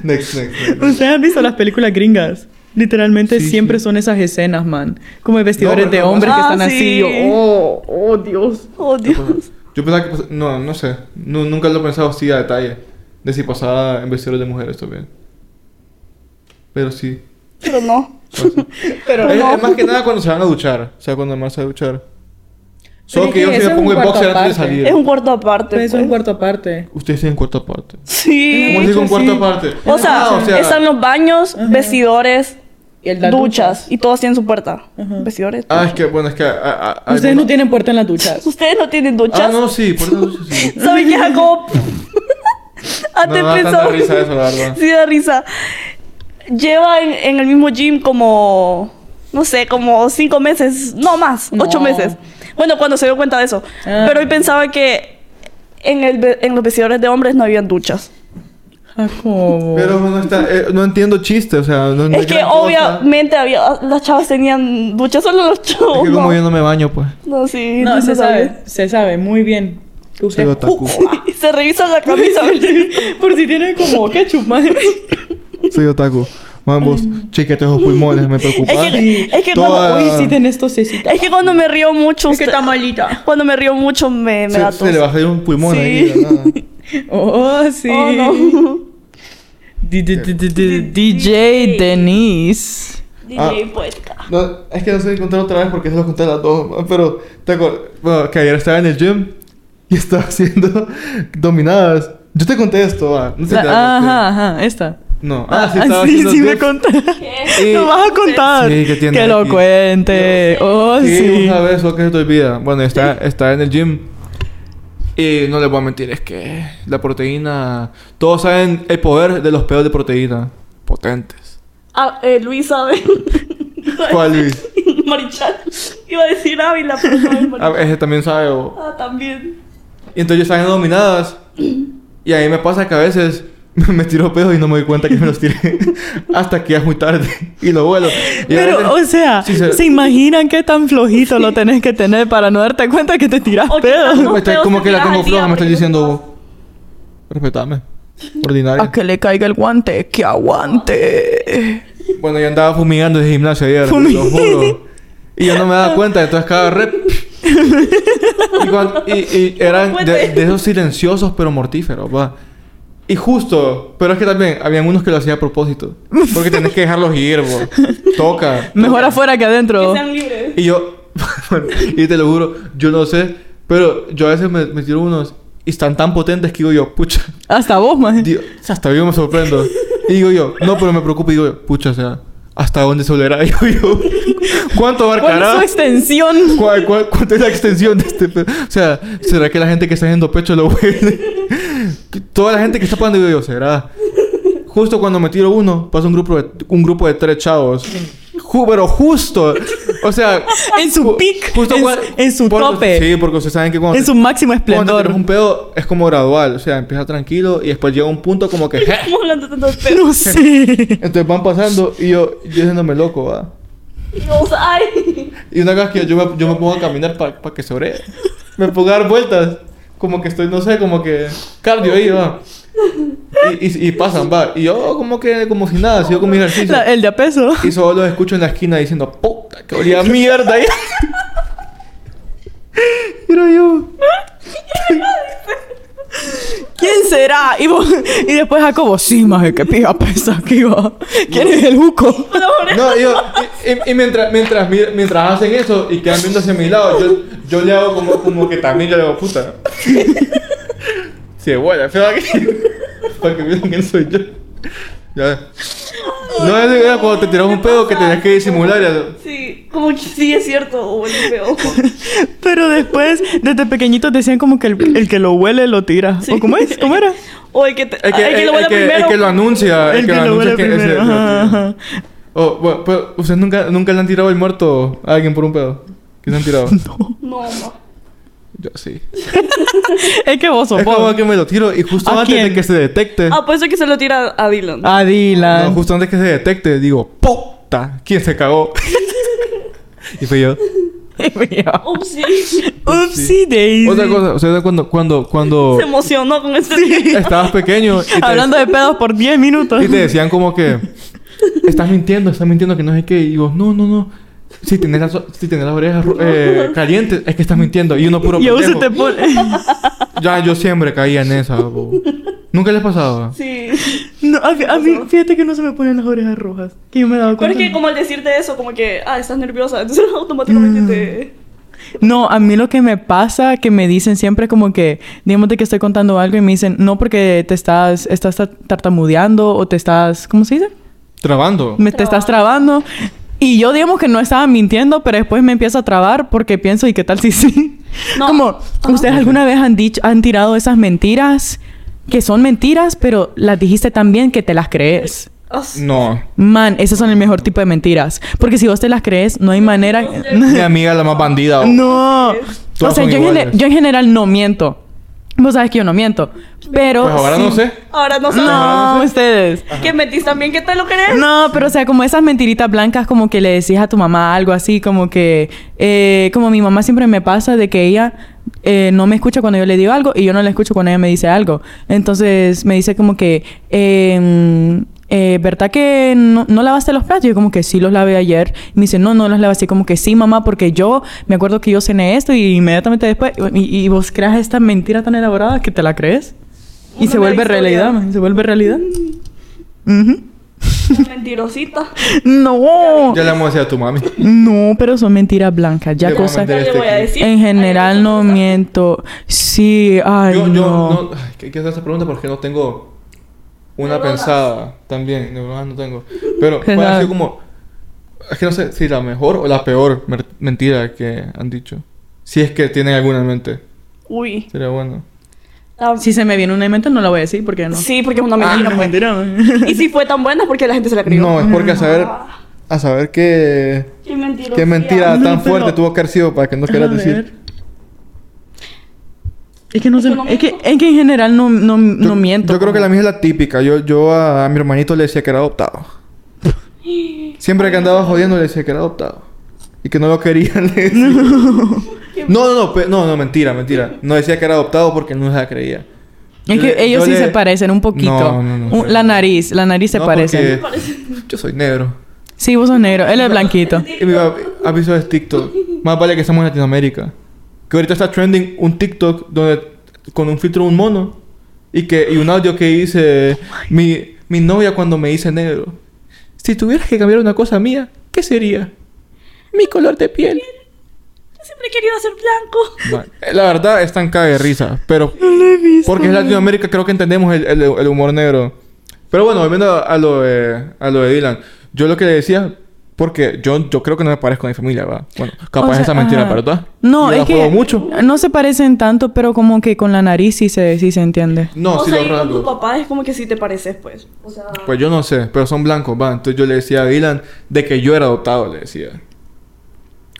Speaker 1: next, next.
Speaker 3: Ustedes han visto las películas gringas. Literalmente
Speaker 1: Sí,
Speaker 3: siempre
Speaker 1: sí.
Speaker 3: son esas escenas, man. Como de vestidores
Speaker 1: No,
Speaker 3: de
Speaker 1: no,
Speaker 3: hombres que
Speaker 2: ah,
Speaker 3: están así.
Speaker 2: sí.
Speaker 3: yo, oh, oh, Dios.
Speaker 2: Oh, Dios.
Speaker 1: Yo pensaba que pas- No, no sé. Nu- nunca lo he pensado así a detalle. De si pasaba en vestidos de mujeres también. Pero sí.
Speaker 2: Pero no.
Speaker 1: pasa.
Speaker 3: <laughs> Pero
Speaker 1: es,
Speaker 3: no.
Speaker 1: es más que nada cuando se van a duchar. O sea, cuando más se van a duchar. Solo
Speaker 3: es
Speaker 1: que,
Speaker 3: que
Speaker 1: yo si
Speaker 3: eso
Speaker 1: me
Speaker 3: es un
Speaker 1: pongo en
Speaker 3: cuarto
Speaker 1: boxer antes de
Speaker 3: aparte.
Speaker 1: salir.
Speaker 2: Es un cuarto aparte.
Speaker 3: Pero eso es
Speaker 2: pues.
Speaker 3: un cuarto aparte.
Speaker 1: Ustedes tienen cuarto aparte.
Speaker 2: Sí.
Speaker 1: ¿Cómo así con
Speaker 3: sí.
Speaker 1: cuarto aparte?
Speaker 2: O sea,
Speaker 1: Ah,
Speaker 2: están los baños, vestidores,
Speaker 3: Y el
Speaker 2: duchas, y todos tienen su puerta. Vestidores.
Speaker 1: Ah, es que, bueno, es que... a- a- hay
Speaker 3: Ustedes no
Speaker 1: una-
Speaker 3: tienen puerta en las duchas.
Speaker 2: Ustedes no tienen duchas.
Speaker 1: Ah, no, sí. Por eso
Speaker 2: <laughs>
Speaker 1: sí.
Speaker 2: ¿Saben
Speaker 1: <laughs>
Speaker 2: qué, Jacob?
Speaker 1: No,
Speaker 2: Antes
Speaker 1: no da tanta
Speaker 2: pensaba-
Speaker 1: risa eso, la verdad.
Speaker 2: Ah, Sí, da risa. Lleva en, en el mismo gym como, no sé, como cinco meses, no más,
Speaker 3: No.
Speaker 2: ocho meses. Bueno, cuando se dio cuenta de eso.
Speaker 3: Ah.
Speaker 2: Pero hoy pensaba que en, el, ve- en los vestidores de hombres no habían duchas.
Speaker 3: Jacobo.
Speaker 1: Pero no está... eh, no entiendo chiste, o sea... Pues No, no
Speaker 2: es que
Speaker 1: gran cosa.
Speaker 2: obviamente había, ah, las chavas tenían duchas, solo los
Speaker 1: Es
Speaker 2: chavos.
Speaker 1: que como
Speaker 2: no.
Speaker 1: yo no me baño, pues.
Speaker 2: No, sí,
Speaker 3: no, se
Speaker 2: sabía.
Speaker 3: sabe. Se sabe muy bien. Que usted-
Speaker 1: Soy otaku.
Speaker 2: Y <laughs> se revisa la
Speaker 3: Por
Speaker 1: <laughs>
Speaker 2: camisa.
Speaker 3: si- Por si tiene como ketchup, man.
Speaker 1: Soy otaku.
Speaker 2: <laughs>
Speaker 1: Mambos, chiquete esos pulmones, me preocupas.
Speaker 2: Es que- es que no,
Speaker 1: Toda-
Speaker 3: Hoy sí tenés tosecita.
Speaker 2: es que cuando me río mucho,
Speaker 3: Es que
Speaker 2: usted-
Speaker 3: está malita.
Speaker 2: cuando me río mucho me, me da
Speaker 1: se, se
Speaker 2: tos.
Speaker 1: le va a salir un pulmón
Speaker 2: Sí.
Speaker 1: ahí. de la nada.
Speaker 3: Oh, sí.
Speaker 2: Oh, no.
Speaker 3: Di- di- di- di- di- DJ Denise.
Speaker 2: <laughs>
Speaker 1: Ah.
Speaker 2: DJ Puerca.
Speaker 1: No, es que no sé encontrar otra vez porque se lo conté a las dos. ma, Pero te acuer- bueno, que ayer estaba en el gym y <laughs> estaba haciendo dominadas. Yo te conté esto, va. No sé si te la conté.
Speaker 3: Ajá, ajá, esta.
Speaker 1: No. Ah,
Speaker 3: Ah,
Speaker 1: sí, estaba
Speaker 3: sí,
Speaker 1: haciendo
Speaker 3: sí me
Speaker 1: dips.
Speaker 3: conté.
Speaker 1: Y-
Speaker 3: Lo vas a contar.
Speaker 1: Sí, que tiene
Speaker 3: lo
Speaker 1: aquí.
Speaker 3: cuente.
Speaker 2: Ah,
Speaker 3: Oh,
Speaker 1: Sí,
Speaker 3: sí.
Speaker 1: una vez, solo que se te olvida. Bueno, está,
Speaker 2: <laughs>
Speaker 1: está en el gym. Y no les voy a mentir, es que la proteína. Todos saben el poder de los pedos de proteína. Potentes.
Speaker 2: Ah, eh, Luis sabe.
Speaker 1: <laughs> ¿Cuál, Luis?
Speaker 2: <laughs>
Speaker 1: Ah,
Speaker 2: Marichal. Iba a decir Ávila, pero no es
Speaker 1: A
Speaker 2: Marichal.
Speaker 1: veces también sabe. o-
Speaker 2: Ah, también.
Speaker 1: Y entonces yo estaba en dominadas. Y ahí me pasa que a veces <laughs> me tiro pedos y no me doy cuenta que me los tiré. <laughs> Hasta que ya es muy tarde. Y lo vuelo. Y a veces-
Speaker 3: Pero, o sea,
Speaker 1: Sí,
Speaker 3: se...
Speaker 1: se-
Speaker 3: imaginan qué tan flojito lo tenés que tener para no darte cuenta que te tiras
Speaker 2: O
Speaker 3: pedo?
Speaker 2: quizás-
Speaker 1: Me estoy-
Speaker 2: pedos
Speaker 1: como
Speaker 2: te
Speaker 1: que la
Speaker 2: tiras
Speaker 1: tengo
Speaker 2: al día,
Speaker 1: floja, me estoy
Speaker 2: pero-
Speaker 1: diciendo. Respetame. Ordinario.
Speaker 3: A que le caiga el guante, que aguante.
Speaker 1: Bueno, yo andaba fumigando de gimnasio ayer,
Speaker 3: Fumi-
Speaker 1: lo juro. Y yo no me daba cuenta, entonces cada rep. y, cuan- y- y eran de, de esos silenciosos pero mortíferos, va. Y justo, pero es que también habían unos que lo hacían a propósito. Porque tenés que dejarlos ir, bo. Toca.
Speaker 3: Mejor afuera que adentro.
Speaker 2: Que sean libres.
Speaker 1: Y yo, <laughs> y te lo juro, yo no sé, pero yo a veces me, me tiro unos y están tan potentes que digo yo, pucha,
Speaker 3: Hasta vos, man. <laughs>
Speaker 1: Digo, o sea, hasta yo me sorprendo. Y digo yo, no, pero me preocupa. Y digo yo, pucha, o sea, ¿hasta dónde se <laughs> olerá? Digo yo, ¿cuánto
Speaker 3: ¿Cuál es
Speaker 1: abarcará?
Speaker 3: su extensión?
Speaker 1: ¿Cuál, cuál, cuánto es la extensión de este pe- O sea, ¿será que la gente que está haciendo pecho lo huele? <laughs> Que Toda la gente que está pagando, digo yo, ¿será? Justo cuando me tiro uno, pasa un grupo de, un grupo de tres chavos. Ju- pero justo. O sea...
Speaker 3: En su
Speaker 1: ju-
Speaker 3: pic,
Speaker 1: justo
Speaker 3: en
Speaker 1: cua-
Speaker 3: su- en su
Speaker 1: porque-
Speaker 3: tope.
Speaker 1: Sí, porque ustedes saben que cuando...
Speaker 3: En su máximo
Speaker 1: Cuando
Speaker 3: esplendor. <laughs>
Speaker 1: tienes un pedo es como gradual, o sea, empieza tranquilo y después llega un punto como que... "Je".
Speaker 2: Estamos hablando tanto de pedos.
Speaker 3: No sé.
Speaker 1: Entonces van pasando y yo, yo diciéndome loco, va.
Speaker 2: <laughs> Dios, ay.
Speaker 1: Y una vez que yo me, yo me pongo a caminar para que sobre, me pongo a dar vueltas, como que estoy, no sé, como que cardio ahí, va. Y, y, y pasan, va. Y yo como que, como si nada, sigo con mi ejercicio.
Speaker 3: La- el de a peso.
Speaker 1: Y solo los escucho en la esquina diciendo, puta, que olía a mierda. Y era yo.
Speaker 3: ¿Quién será? Y, vos- y después Jacobo, sí, maje, que pija pesa aquí va. ¿Quién es el buco?
Speaker 2: Una oreja.
Speaker 1: No, yo, y, y- y mientras, mientras, mi- mientras hacen eso y quedan viendo hacia mi lado, yo, yo le hago como, como que también yo le hago puta. Sí, bueno, feo aquí. Para que vean quién soy yo. Ya. No es de cuando te tiras un pedo que tenías que disimular. ya.
Speaker 2: Sí, como que sí es cierto. O
Speaker 1: <laughs>
Speaker 2: el feo.
Speaker 3: Pero después, desde pequeñitos decían como que el, el que lo huele lo tira.
Speaker 2: Sí.
Speaker 3: ¿O cómo es? ¿Cómo era?
Speaker 2: O el que, te,
Speaker 1: Es que,
Speaker 2: el que
Speaker 1: el- el
Speaker 2: lo vuela
Speaker 1: que- el
Speaker 2: primero.
Speaker 1: que lo anuncia. El, Ah, que, lo anuncia
Speaker 3: huele
Speaker 1: que ese-
Speaker 3: primero. Ajá, ajá.
Speaker 1: Oh, bueno, pero ustedes nunca, nunca le han tirado el muerto a alguien por un pedo. ¿Qué se han
Speaker 3: <laughs>
Speaker 1: tirado?
Speaker 2: No, no.
Speaker 1: Yo sí.
Speaker 3: Es que vos sos
Speaker 1: Es como
Speaker 3: vos.
Speaker 1: que me lo tiro y justo
Speaker 3: ¿A
Speaker 1: antes
Speaker 3: quién?
Speaker 1: de que se detecte.
Speaker 2: Ah, por eso que se lo tira a Dylan.
Speaker 3: Ah,
Speaker 1: No,
Speaker 3: <laughs> Dylan.
Speaker 1: justo antes que se detecte, digo, ¡puta! ¿Quién se cagó? <laughs> y fui yo.
Speaker 2: Ups, Oh, sí.
Speaker 3: Upsi daisy.
Speaker 1: Otra cosa, o sea, cuando, cuando,
Speaker 3: <laughs>
Speaker 1: cuando
Speaker 2: Se emocionó con este.
Speaker 1: estabas pequeño y te,
Speaker 3: Hablando de pedos por 10 minutos.
Speaker 1: y te decían como que, estás mintiendo, estás mintiendo que no sé qué. Y vos, no, no, no. Si tenés, las, o- si tenés las orejas ru-
Speaker 3: <laughs>
Speaker 1: eh, calientes, es que estás mintiendo. Y uno puro
Speaker 3: Y aún se
Speaker 1: pendejo.
Speaker 3: te pone. <laughs>
Speaker 1: Ya, yo siempre caía en esa. bo. Nunca les pasaba.
Speaker 2: Sí.
Speaker 1: <laughs>
Speaker 3: No, a, mí- a mí, fíjate que no se me ponen las orejas rojas. Que yo me he dado
Speaker 2: Pero
Speaker 3: cuenta.
Speaker 2: es que como al decirte eso, como que, ah, estás nerviosa, entonces <laughs>
Speaker 1: Mm.
Speaker 2: automáticamente te...
Speaker 3: No, a mí lo que me pasa, que me dicen siempre como que, digamos de que estoy contando algo y me dicen, no porque te estás, estás tar- tartamudeando o te estás, ¿cómo se dice?
Speaker 1: Trabando.
Speaker 3: Me, te estás trabando. Y yo digamos que no estaba mintiendo, pero después me empiezo a trabar porque pienso, ¿y qué tal si sí?
Speaker 2: No.
Speaker 3: Como,
Speaker 2: Ajá.
Speaker 3: ¿ustedes alguna vez han dicho, han tirado esas mentiras que son mentiras, pero las dijiste tan bien que te las crees?
Speaker 2: Ah,
Speaker 1: No.
Speaker 3: Man, esas son el mejor tipo de mentiras. Porque si vos te las crees, no hay manera... <laughs>
Speaker 1: Mi amiga la más bandida. bo.
Speaker 3: No.
Speaker 1: Todas
Speaker 3: o sea,
Speaker 1: son
Speaker 3: yo en, gene-
Speaker 1: iguales.
Speaker 3: yo en general no miento. Vos sabes que yo no miento. Pero.
Speaker 1: Pues ahora no
Speaker 3: sí-
Speaker 1: sé.
Speaker 2: Ahora no sabes.
Speaker 3: No, ustedes.
Speaker 2: ¿Que metís también que te lo crees?
Speaker 3: No, pero o sea, como esas mentiritas blancas, como que le decís a tu mamá algo así, como que. eh, como mi mamá siempre me pasa de que ella eh, no me escucha cuando yo le digo algo y yo no la escucho cuando ella me dice algo. Entonces me dice como que. em, eh, ¿Verdad que no, no lavaste los platos? Yo como que sí los lavé ayer. Y me dice, no, no los lavé así. Como que sí, mamá, porque yo me acuerdo que yo cené esto y inmediatamente después... Y, y vos creas esta mentira tan elaborada que te la crees. Y
Speaker 2: Una
Speaker 3: se vuelve
Speaker 2: mera historia. Mm.
Speaker 3: realidad, man, Se vuelve realidad. Ujú.
Speaker 2: Mentirosita.
Speaker 3: No,
Speaker 1: Ya le vamos a decir a tu mami.
Speaker 3: no, pero son mentiras blancas. Ya
Speaker 1: Yo
Speaker 3: cosas.
Speaker 1: comenté
Speaker 2: Ya le voy a decir.
Speaker 3: En
Speaker 2: Ay,
Speaker 3: general no
Speaker 2: cosa.
Speaker 3: miento. Sí, ay,
Speaker 1: Yo, yo,
Speaker 3: no.
Speaker 1: no. ay, que- que hacer esa pregunta porque no tengo una pensada también. Neuronas no tengo. Pero,
Speaker 3: ¿Qué
Speaker 1: ¿cuál ha
Speaker 3: sabe?
Speaker 1: sido como. Es que no sé si la mejor o la peor mer- mentira que han dicho. Si es que tienen alguna en mente.
Speaker 2: Uy.
Speaker 1: Sería bueno.
Speaker 2: Ah,
Speaker 3: Si se me viene una en mente, no la voy a decir porque no.
Speaker 2: Sí, porque es una mentira.
Speaker 3: mentira,
Speaker 2: pues.
Speaker 3: mentira.
Speaker 2: Y si fue tan buena, porque la gente se la creyó.
Speaker 1: Ah, No, es porque
Speaker 3: Mm.
Speaker 1: a saber. A saber qué.
Speaker 2: Qué mentira.
Speaker 1: Qué mentira
Speaker 3: No,
Speaker 1: tan
Speaker 3: pero-
Speaker 1: fuerte tuvo que haber sido para que no
Speaker 3: A
Speaker 1: quieras
Speaker 3: ver.
Speaker 1: decir.
Speaker 3: <laughs> Es que no
Speaker 2: Es
Speaker 3: sé.
Speaker 2: que no
Speaker 3: Es que,
Speaker 2: miento.
Speaker 3: es que en general no, no,
Speaker 1: Yo,
Speaker 3: no miento.
Speaker 1: Yo creo que la mía es la típica. Yo, yo a, a mi hermanito le decía que era adoptado. Siempre que andaba jodiendo le decía que era adoptado. Y que no lo querían. le
Speaker 3: <laughs>
Speaker 1: decía. <laughs> no, no, no, pe- no, no, mentira, mentira. No decía que era adoptado porque no se la creía.
Speaker 3: Es
Speaker 1: Yo
Speaker 3: que
Speaker 1: le-
Speaker 3: ellos
Speaker 1: yo
Speaker 3: sí
Speaker 1: le-
Speaker 3: se parecen un poquito.
Speaker 1: No, no, no,
Speaker 3: Un-
Speaker 1: pero-
Speaker 3: la nariz, la nariz se
Speaker 1: No,
Speaker 3: parece.
Speaker 1: porque Yo soy negro.
Speaker 3: Sí, vos sos negro. Él es blanquito.
Speaker 1: Y mi papi- papi eso es TikTok. Más vale que estamos en Latinoamérica. Que ahorita está trending un TikTok donde con un filtro de un mono y que y un audio que dice mi, mi novia cuando me dice negro. Si tuvieras que cambiar una cosa mía, ¿qué sería? Mi color de piel.
Speaker 2: Yo siempre he querido ser blanco.
Speaker 1: Ma- La verdad es tan caga de risa, pero porque es Latinoamérica creo que entendemos el, el- el humor negro. Pero bueno, volviendo a, a lo de, a lo de Dylan, yo lo que le decía, porque yo, yo creo que no me parezco a mi familia, ¿verdad? Bueno, capaz
Speaker 3: O sea,
Speaker 1: esa mentira,
Speaker 3: ajá.
Speaker 1: ¿verdad?
Speaker 3: No,
Speaker 1: Yo la
Speaker 3: es que
Speaker 1: juego mucho.
Speaker 3: no se parecen tanto, pero como que con la nariz sí se, sí se entiende.
Speaker 1: No,
Speaker 2: o
Speaker 1: sí
Speaker 2: sea,
Speaker 1: los
Speaker 2: y con tu
Speaker 1: rasgos.
Speaker 2: papá es como que sí te pareces, pues. O sea...
Speaker 1: Pues yo no sé, pero son blancos, va. Entonces yo le decía a Dylan de que yo era adoptado, le decía.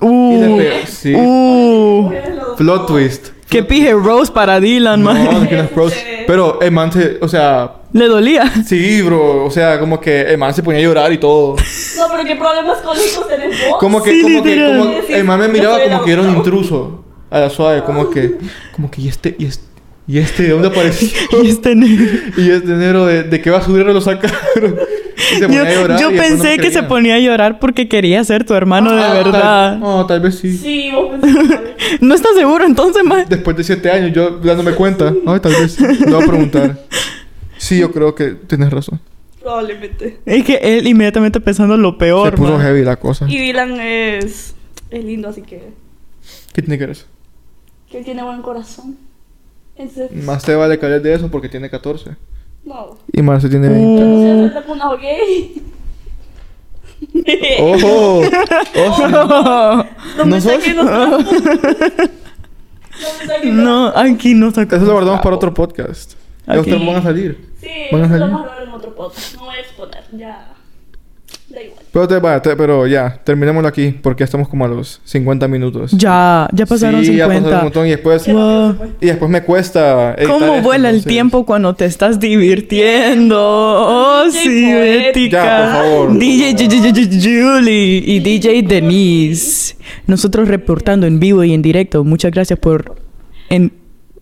Speaker 1: Y le
Speaker 3: Uh,
Speaker 1: pe- sí.
Speaker 3: uh,
Speaker 1: Plot twist.
Speaker 3: que pije Rose para Dylan,
Speaker 1: No,
Speaker 3: man.
Speaker 1: no, que no es pros.
Speaker 2: <laughs>
Speaker 1: Pero el man se, o sea,
Speaker 3: <laughs>
Speaker 1: <laughs>
Speaker 3: Le dolía.
Speaker 1: sí, bro, o sea, como que el man se ponía a llorar y todo.
Speaker 2: No, pero qué problemas con hijos tenés vos.
Speaker 1: Como que,
Speaker 3: Sí,
Speaker 1: como que,
Speaker 3: literal.
Speaker 1: como el man me miraba
Speaker 2: Yo soy
Speaker 1: como que era un
Speaker 2: adoptado.
Speaker 1: intruso a la suave, como que, como que, y este, y este, y este, ¿de dónde apareció?
Speaker 3: <laughs> Y este negro.
Speaker 1: <laughs> y este enero, ¿de, de qué basurero lo sacaron? <laughs> Y se ponía a
Speaker 3: Yo,
Speaker 1: llorar
Speaker 3: yo
Speaker 1: y después no me
Speaker 3: pensé que se
Speaker 1: creía.
Speaker 3: ponía a llorar porque quería ser tu hermano
Speaker 1: Ah,
Speaker 3: de
Speaker 1: tal-
Speaker 3: verdad.
Speaker 1: No, tal vez sí.
Speaker 2: Sí, vos pensás.
Speaker 3: ¿No estás seguro entonces, man?
Speaker 1: Después de siete años, yo dándome cuenta. Ay, tal vez sí. Le voy a preguntar. Sí, yo creo que tienes razón.
Speaker 2: Probablemente.
Speaker 3: Es que él inmediatamente pensando lo peor.
Speaker 1: se puso
Speaker 3: man. <laughs>
Speaker 1: heavy la cosa.
Speaker 2: Y Dylan es... Es lindo, así que...
Speaker 1: ¿Qué tiene que ver eso?
Speaker 2: Que él tiene buen corazón. Entonces...
Speaker 1: Más Uh. te vale que hables de eso porque tiene 14.
Speaker 2: No.
Speaker 1: Y Marce tiene 20.
Speaker 2: O sea,
Speaker 3: Uh.
Speaker 2: trata con una gay.
Speaker 1: ¡Ojo! ¡Ojo!
Speaker 2: <laughs> No
Speaker 1: ¿No
Speaker 2: me
Speaker 1: sos? Ah.
Speaker 2: saquen
Speaker 3: <laughs>
Speaker 2: los trapos.
Speaker 1: <laughs>
Speaker 2: No me saquen los-
Speaker 3: No, aquí no sacó.
Speaker 1: Eso lo guardamos para otro podcast. Ya
Speaker 3: Ok.
Speaker 1: ustedes van a salir.
Speaker 2: Sí,
Speaker 1: Van a
Speaker 2: eso lo
Speaker 1: salir.
Speaker 2: vamos a hablar en otro podcast. No voy a exponer, ya. Da igual.
Speaker 1: Pero, te, va, te- pero ya, terminémoslo aquí porque ya estamos como a los 50 minutos.
Speaker 3: Ya, ya pasaron
Speaker 1: sí, ya
Speaker 3: 50.
Speaker 1: pasaron un montón y después,
Speaker 3: Wow.
Speaker 1: y después me cuesta. editar
Speaker 3: ¿Cómo
Speaker 1: esto,
Speaker 3: vuela el
Speaker 1: entonces-
Speaker 3: tiempo cuando te estás divirtiendo? Oh,
Speaker 2: DJ
Speaker 3: sí, Bética.
Speaker 1: Ya, por favor.
Speaker 3: DJ Ju- Ju- Ju- Ju- Julie y DJ Denise. Nosotros reportando en vivo y en directo. Muchas gracias por en-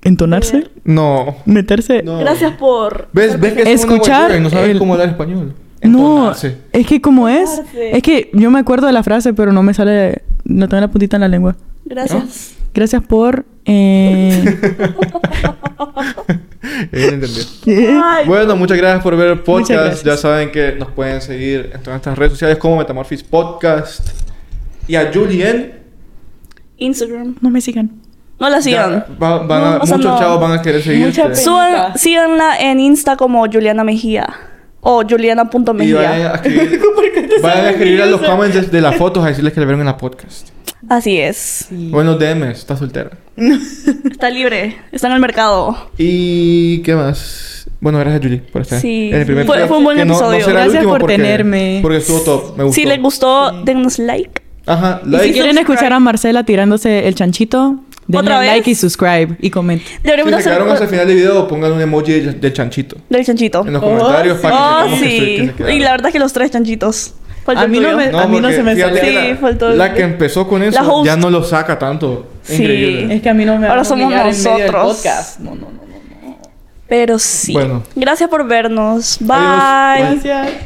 Speaker 3: entonarse,
Speaker 1: No.
Speaker 3: meterse.
Speaker 1: no.
Speaker 2: Gracias por.
Speaker 1: ¿Ves, ves que es una
Speaker 3: Escuchar
Speaker 1: guayura y no sabes
Speaker 3: el-
Speaker 1: cómo hablar español?
Speaker 3: No, <laughs>
Speaker 1: Entonarse. <laughs>
Speaker 3: es que como es,
Speaker 2: Entonarse.
Speaker 3: es que yo me acuerdo de la frase, pero no me sale, no tengo la puntita en la lengua.
Speaker 2: Gracias.
Speaker 1: ¿Ah?
Speaker 3: Gracias por...
Speaker 1: <laughs>
Speaker 3: eh,
Speaker 1: Él entendió.
Speaker 2: Ay,
Speaker 1: Bueno, muchas gracias por ver el
Speaker 3: Muchas
Speaker 1: podcast.
Speaker 3: gracias.
Speaker 1: Ya saben que nos pueden seguir en todas nuestras redes sociales como Metamorphosis Podcast. Y a Julien.
Speaker 2: Instagram.
Speaker 3: no me sigan.
Speaker 2: No la sigan.
Speaker 1: van a,
Speaker 2: No, o sea,
Speaker 1: muchos
Speaker 2: no.
Speaker 1: chavos van a querer seguirte.
Speaker 3: Mucha
Speaker 2: Suban, síganla en Insta como Juliana Mejía o
Speaker 1: Y vayan
Speaker 2: juliana.mejía.
Speaker 1: a escribir,
Speaker 2: <laughs>
Speaker 1: vayan a escribir a los comments de, de las fotos a decirles que le vieron en la podcast.
Speaker 2: Así es.
Speaker 1: Bueno, DMs, está soltera.
Speaker 2: Está libre, está en el mercado.
Speaker 1: ¿Y qué más? Bueno, gracias, Julie, por estar.
Speaker 2: Sí.
Speaker 1: en el primer
Speaker 2: Fue-
Speaker 1: podcast,
Speaker 2: fue un buen
Speaker 1: que no- no
Speaker 2: episodio.
Speaker 1: será el
Speaker 3: Gracias
Speaker 1: último
Speaker 3: por
Speaker 1: porque-
Speaker 3: tenerme.
Speaker 1: Porque estuvo top, me gustó.
Speaker 2: Si les gustó, denos like.
Speaker 1: Ajá,
Speaker 3: Y
Speaker 1: like.
Speaker 3: si quieren escuchar a Marcela tirándose el chanchito, denle
Speaker 2: ¿Otra vez?
Speaker 3: like y subscribe y comenten.
Speaker 2: Deberíamos
Speaker 1: Si se
Speaker 2: hacer
Speaker 1: quedaron hasta el final del video, pongan un emoji de, de chanchito
Speaker 2: del chanchito.
Speaker 1: en los comentarios para
Speaker 2: Oh,
Speaker 1: que sepamos que estoy- que
Speaker 2: sí.
Speaker 1: se quedaron.
Speaker 2: Y la verdad que los tres chanchitos. Falta
Speaker 3: A
Speaker 2: el
Speaker 3: mí no
Speaker 2: tuyo.
Speaker 3: me- A mí no
Speaker 1: porque
Speaker 3: se me
Speaker 1: fíjate
Speaker 2: salió.
Speaker 1: que
Speaker 2: Sí,
Speaker 1: la-
Speaker 2: faltó el-
Speaker 1: La que empezó con
Speaker 2: La
Speaker 1: eso
Speaker 2: host.
Speaker 1: ya no lo saca tanto.
Speaker 2: Sí.
Speaker 1: Increíble.
Speaker 3: Es que a mí no me
Speaker 2: Ahora
Speaker 3: van a
Speaker 2: somos
Speaker 3: humillar en medio del
Speaker 2: nosotros.
Speaker 3: podcast. No, no, no. no.
Speaker 2: Pero sí.
Speaker 1: Bueno.
Speaker 2: Gracias por vernos. Bye.
Speaker 1: Adiós. Bye.
Speaker 3: Gracias.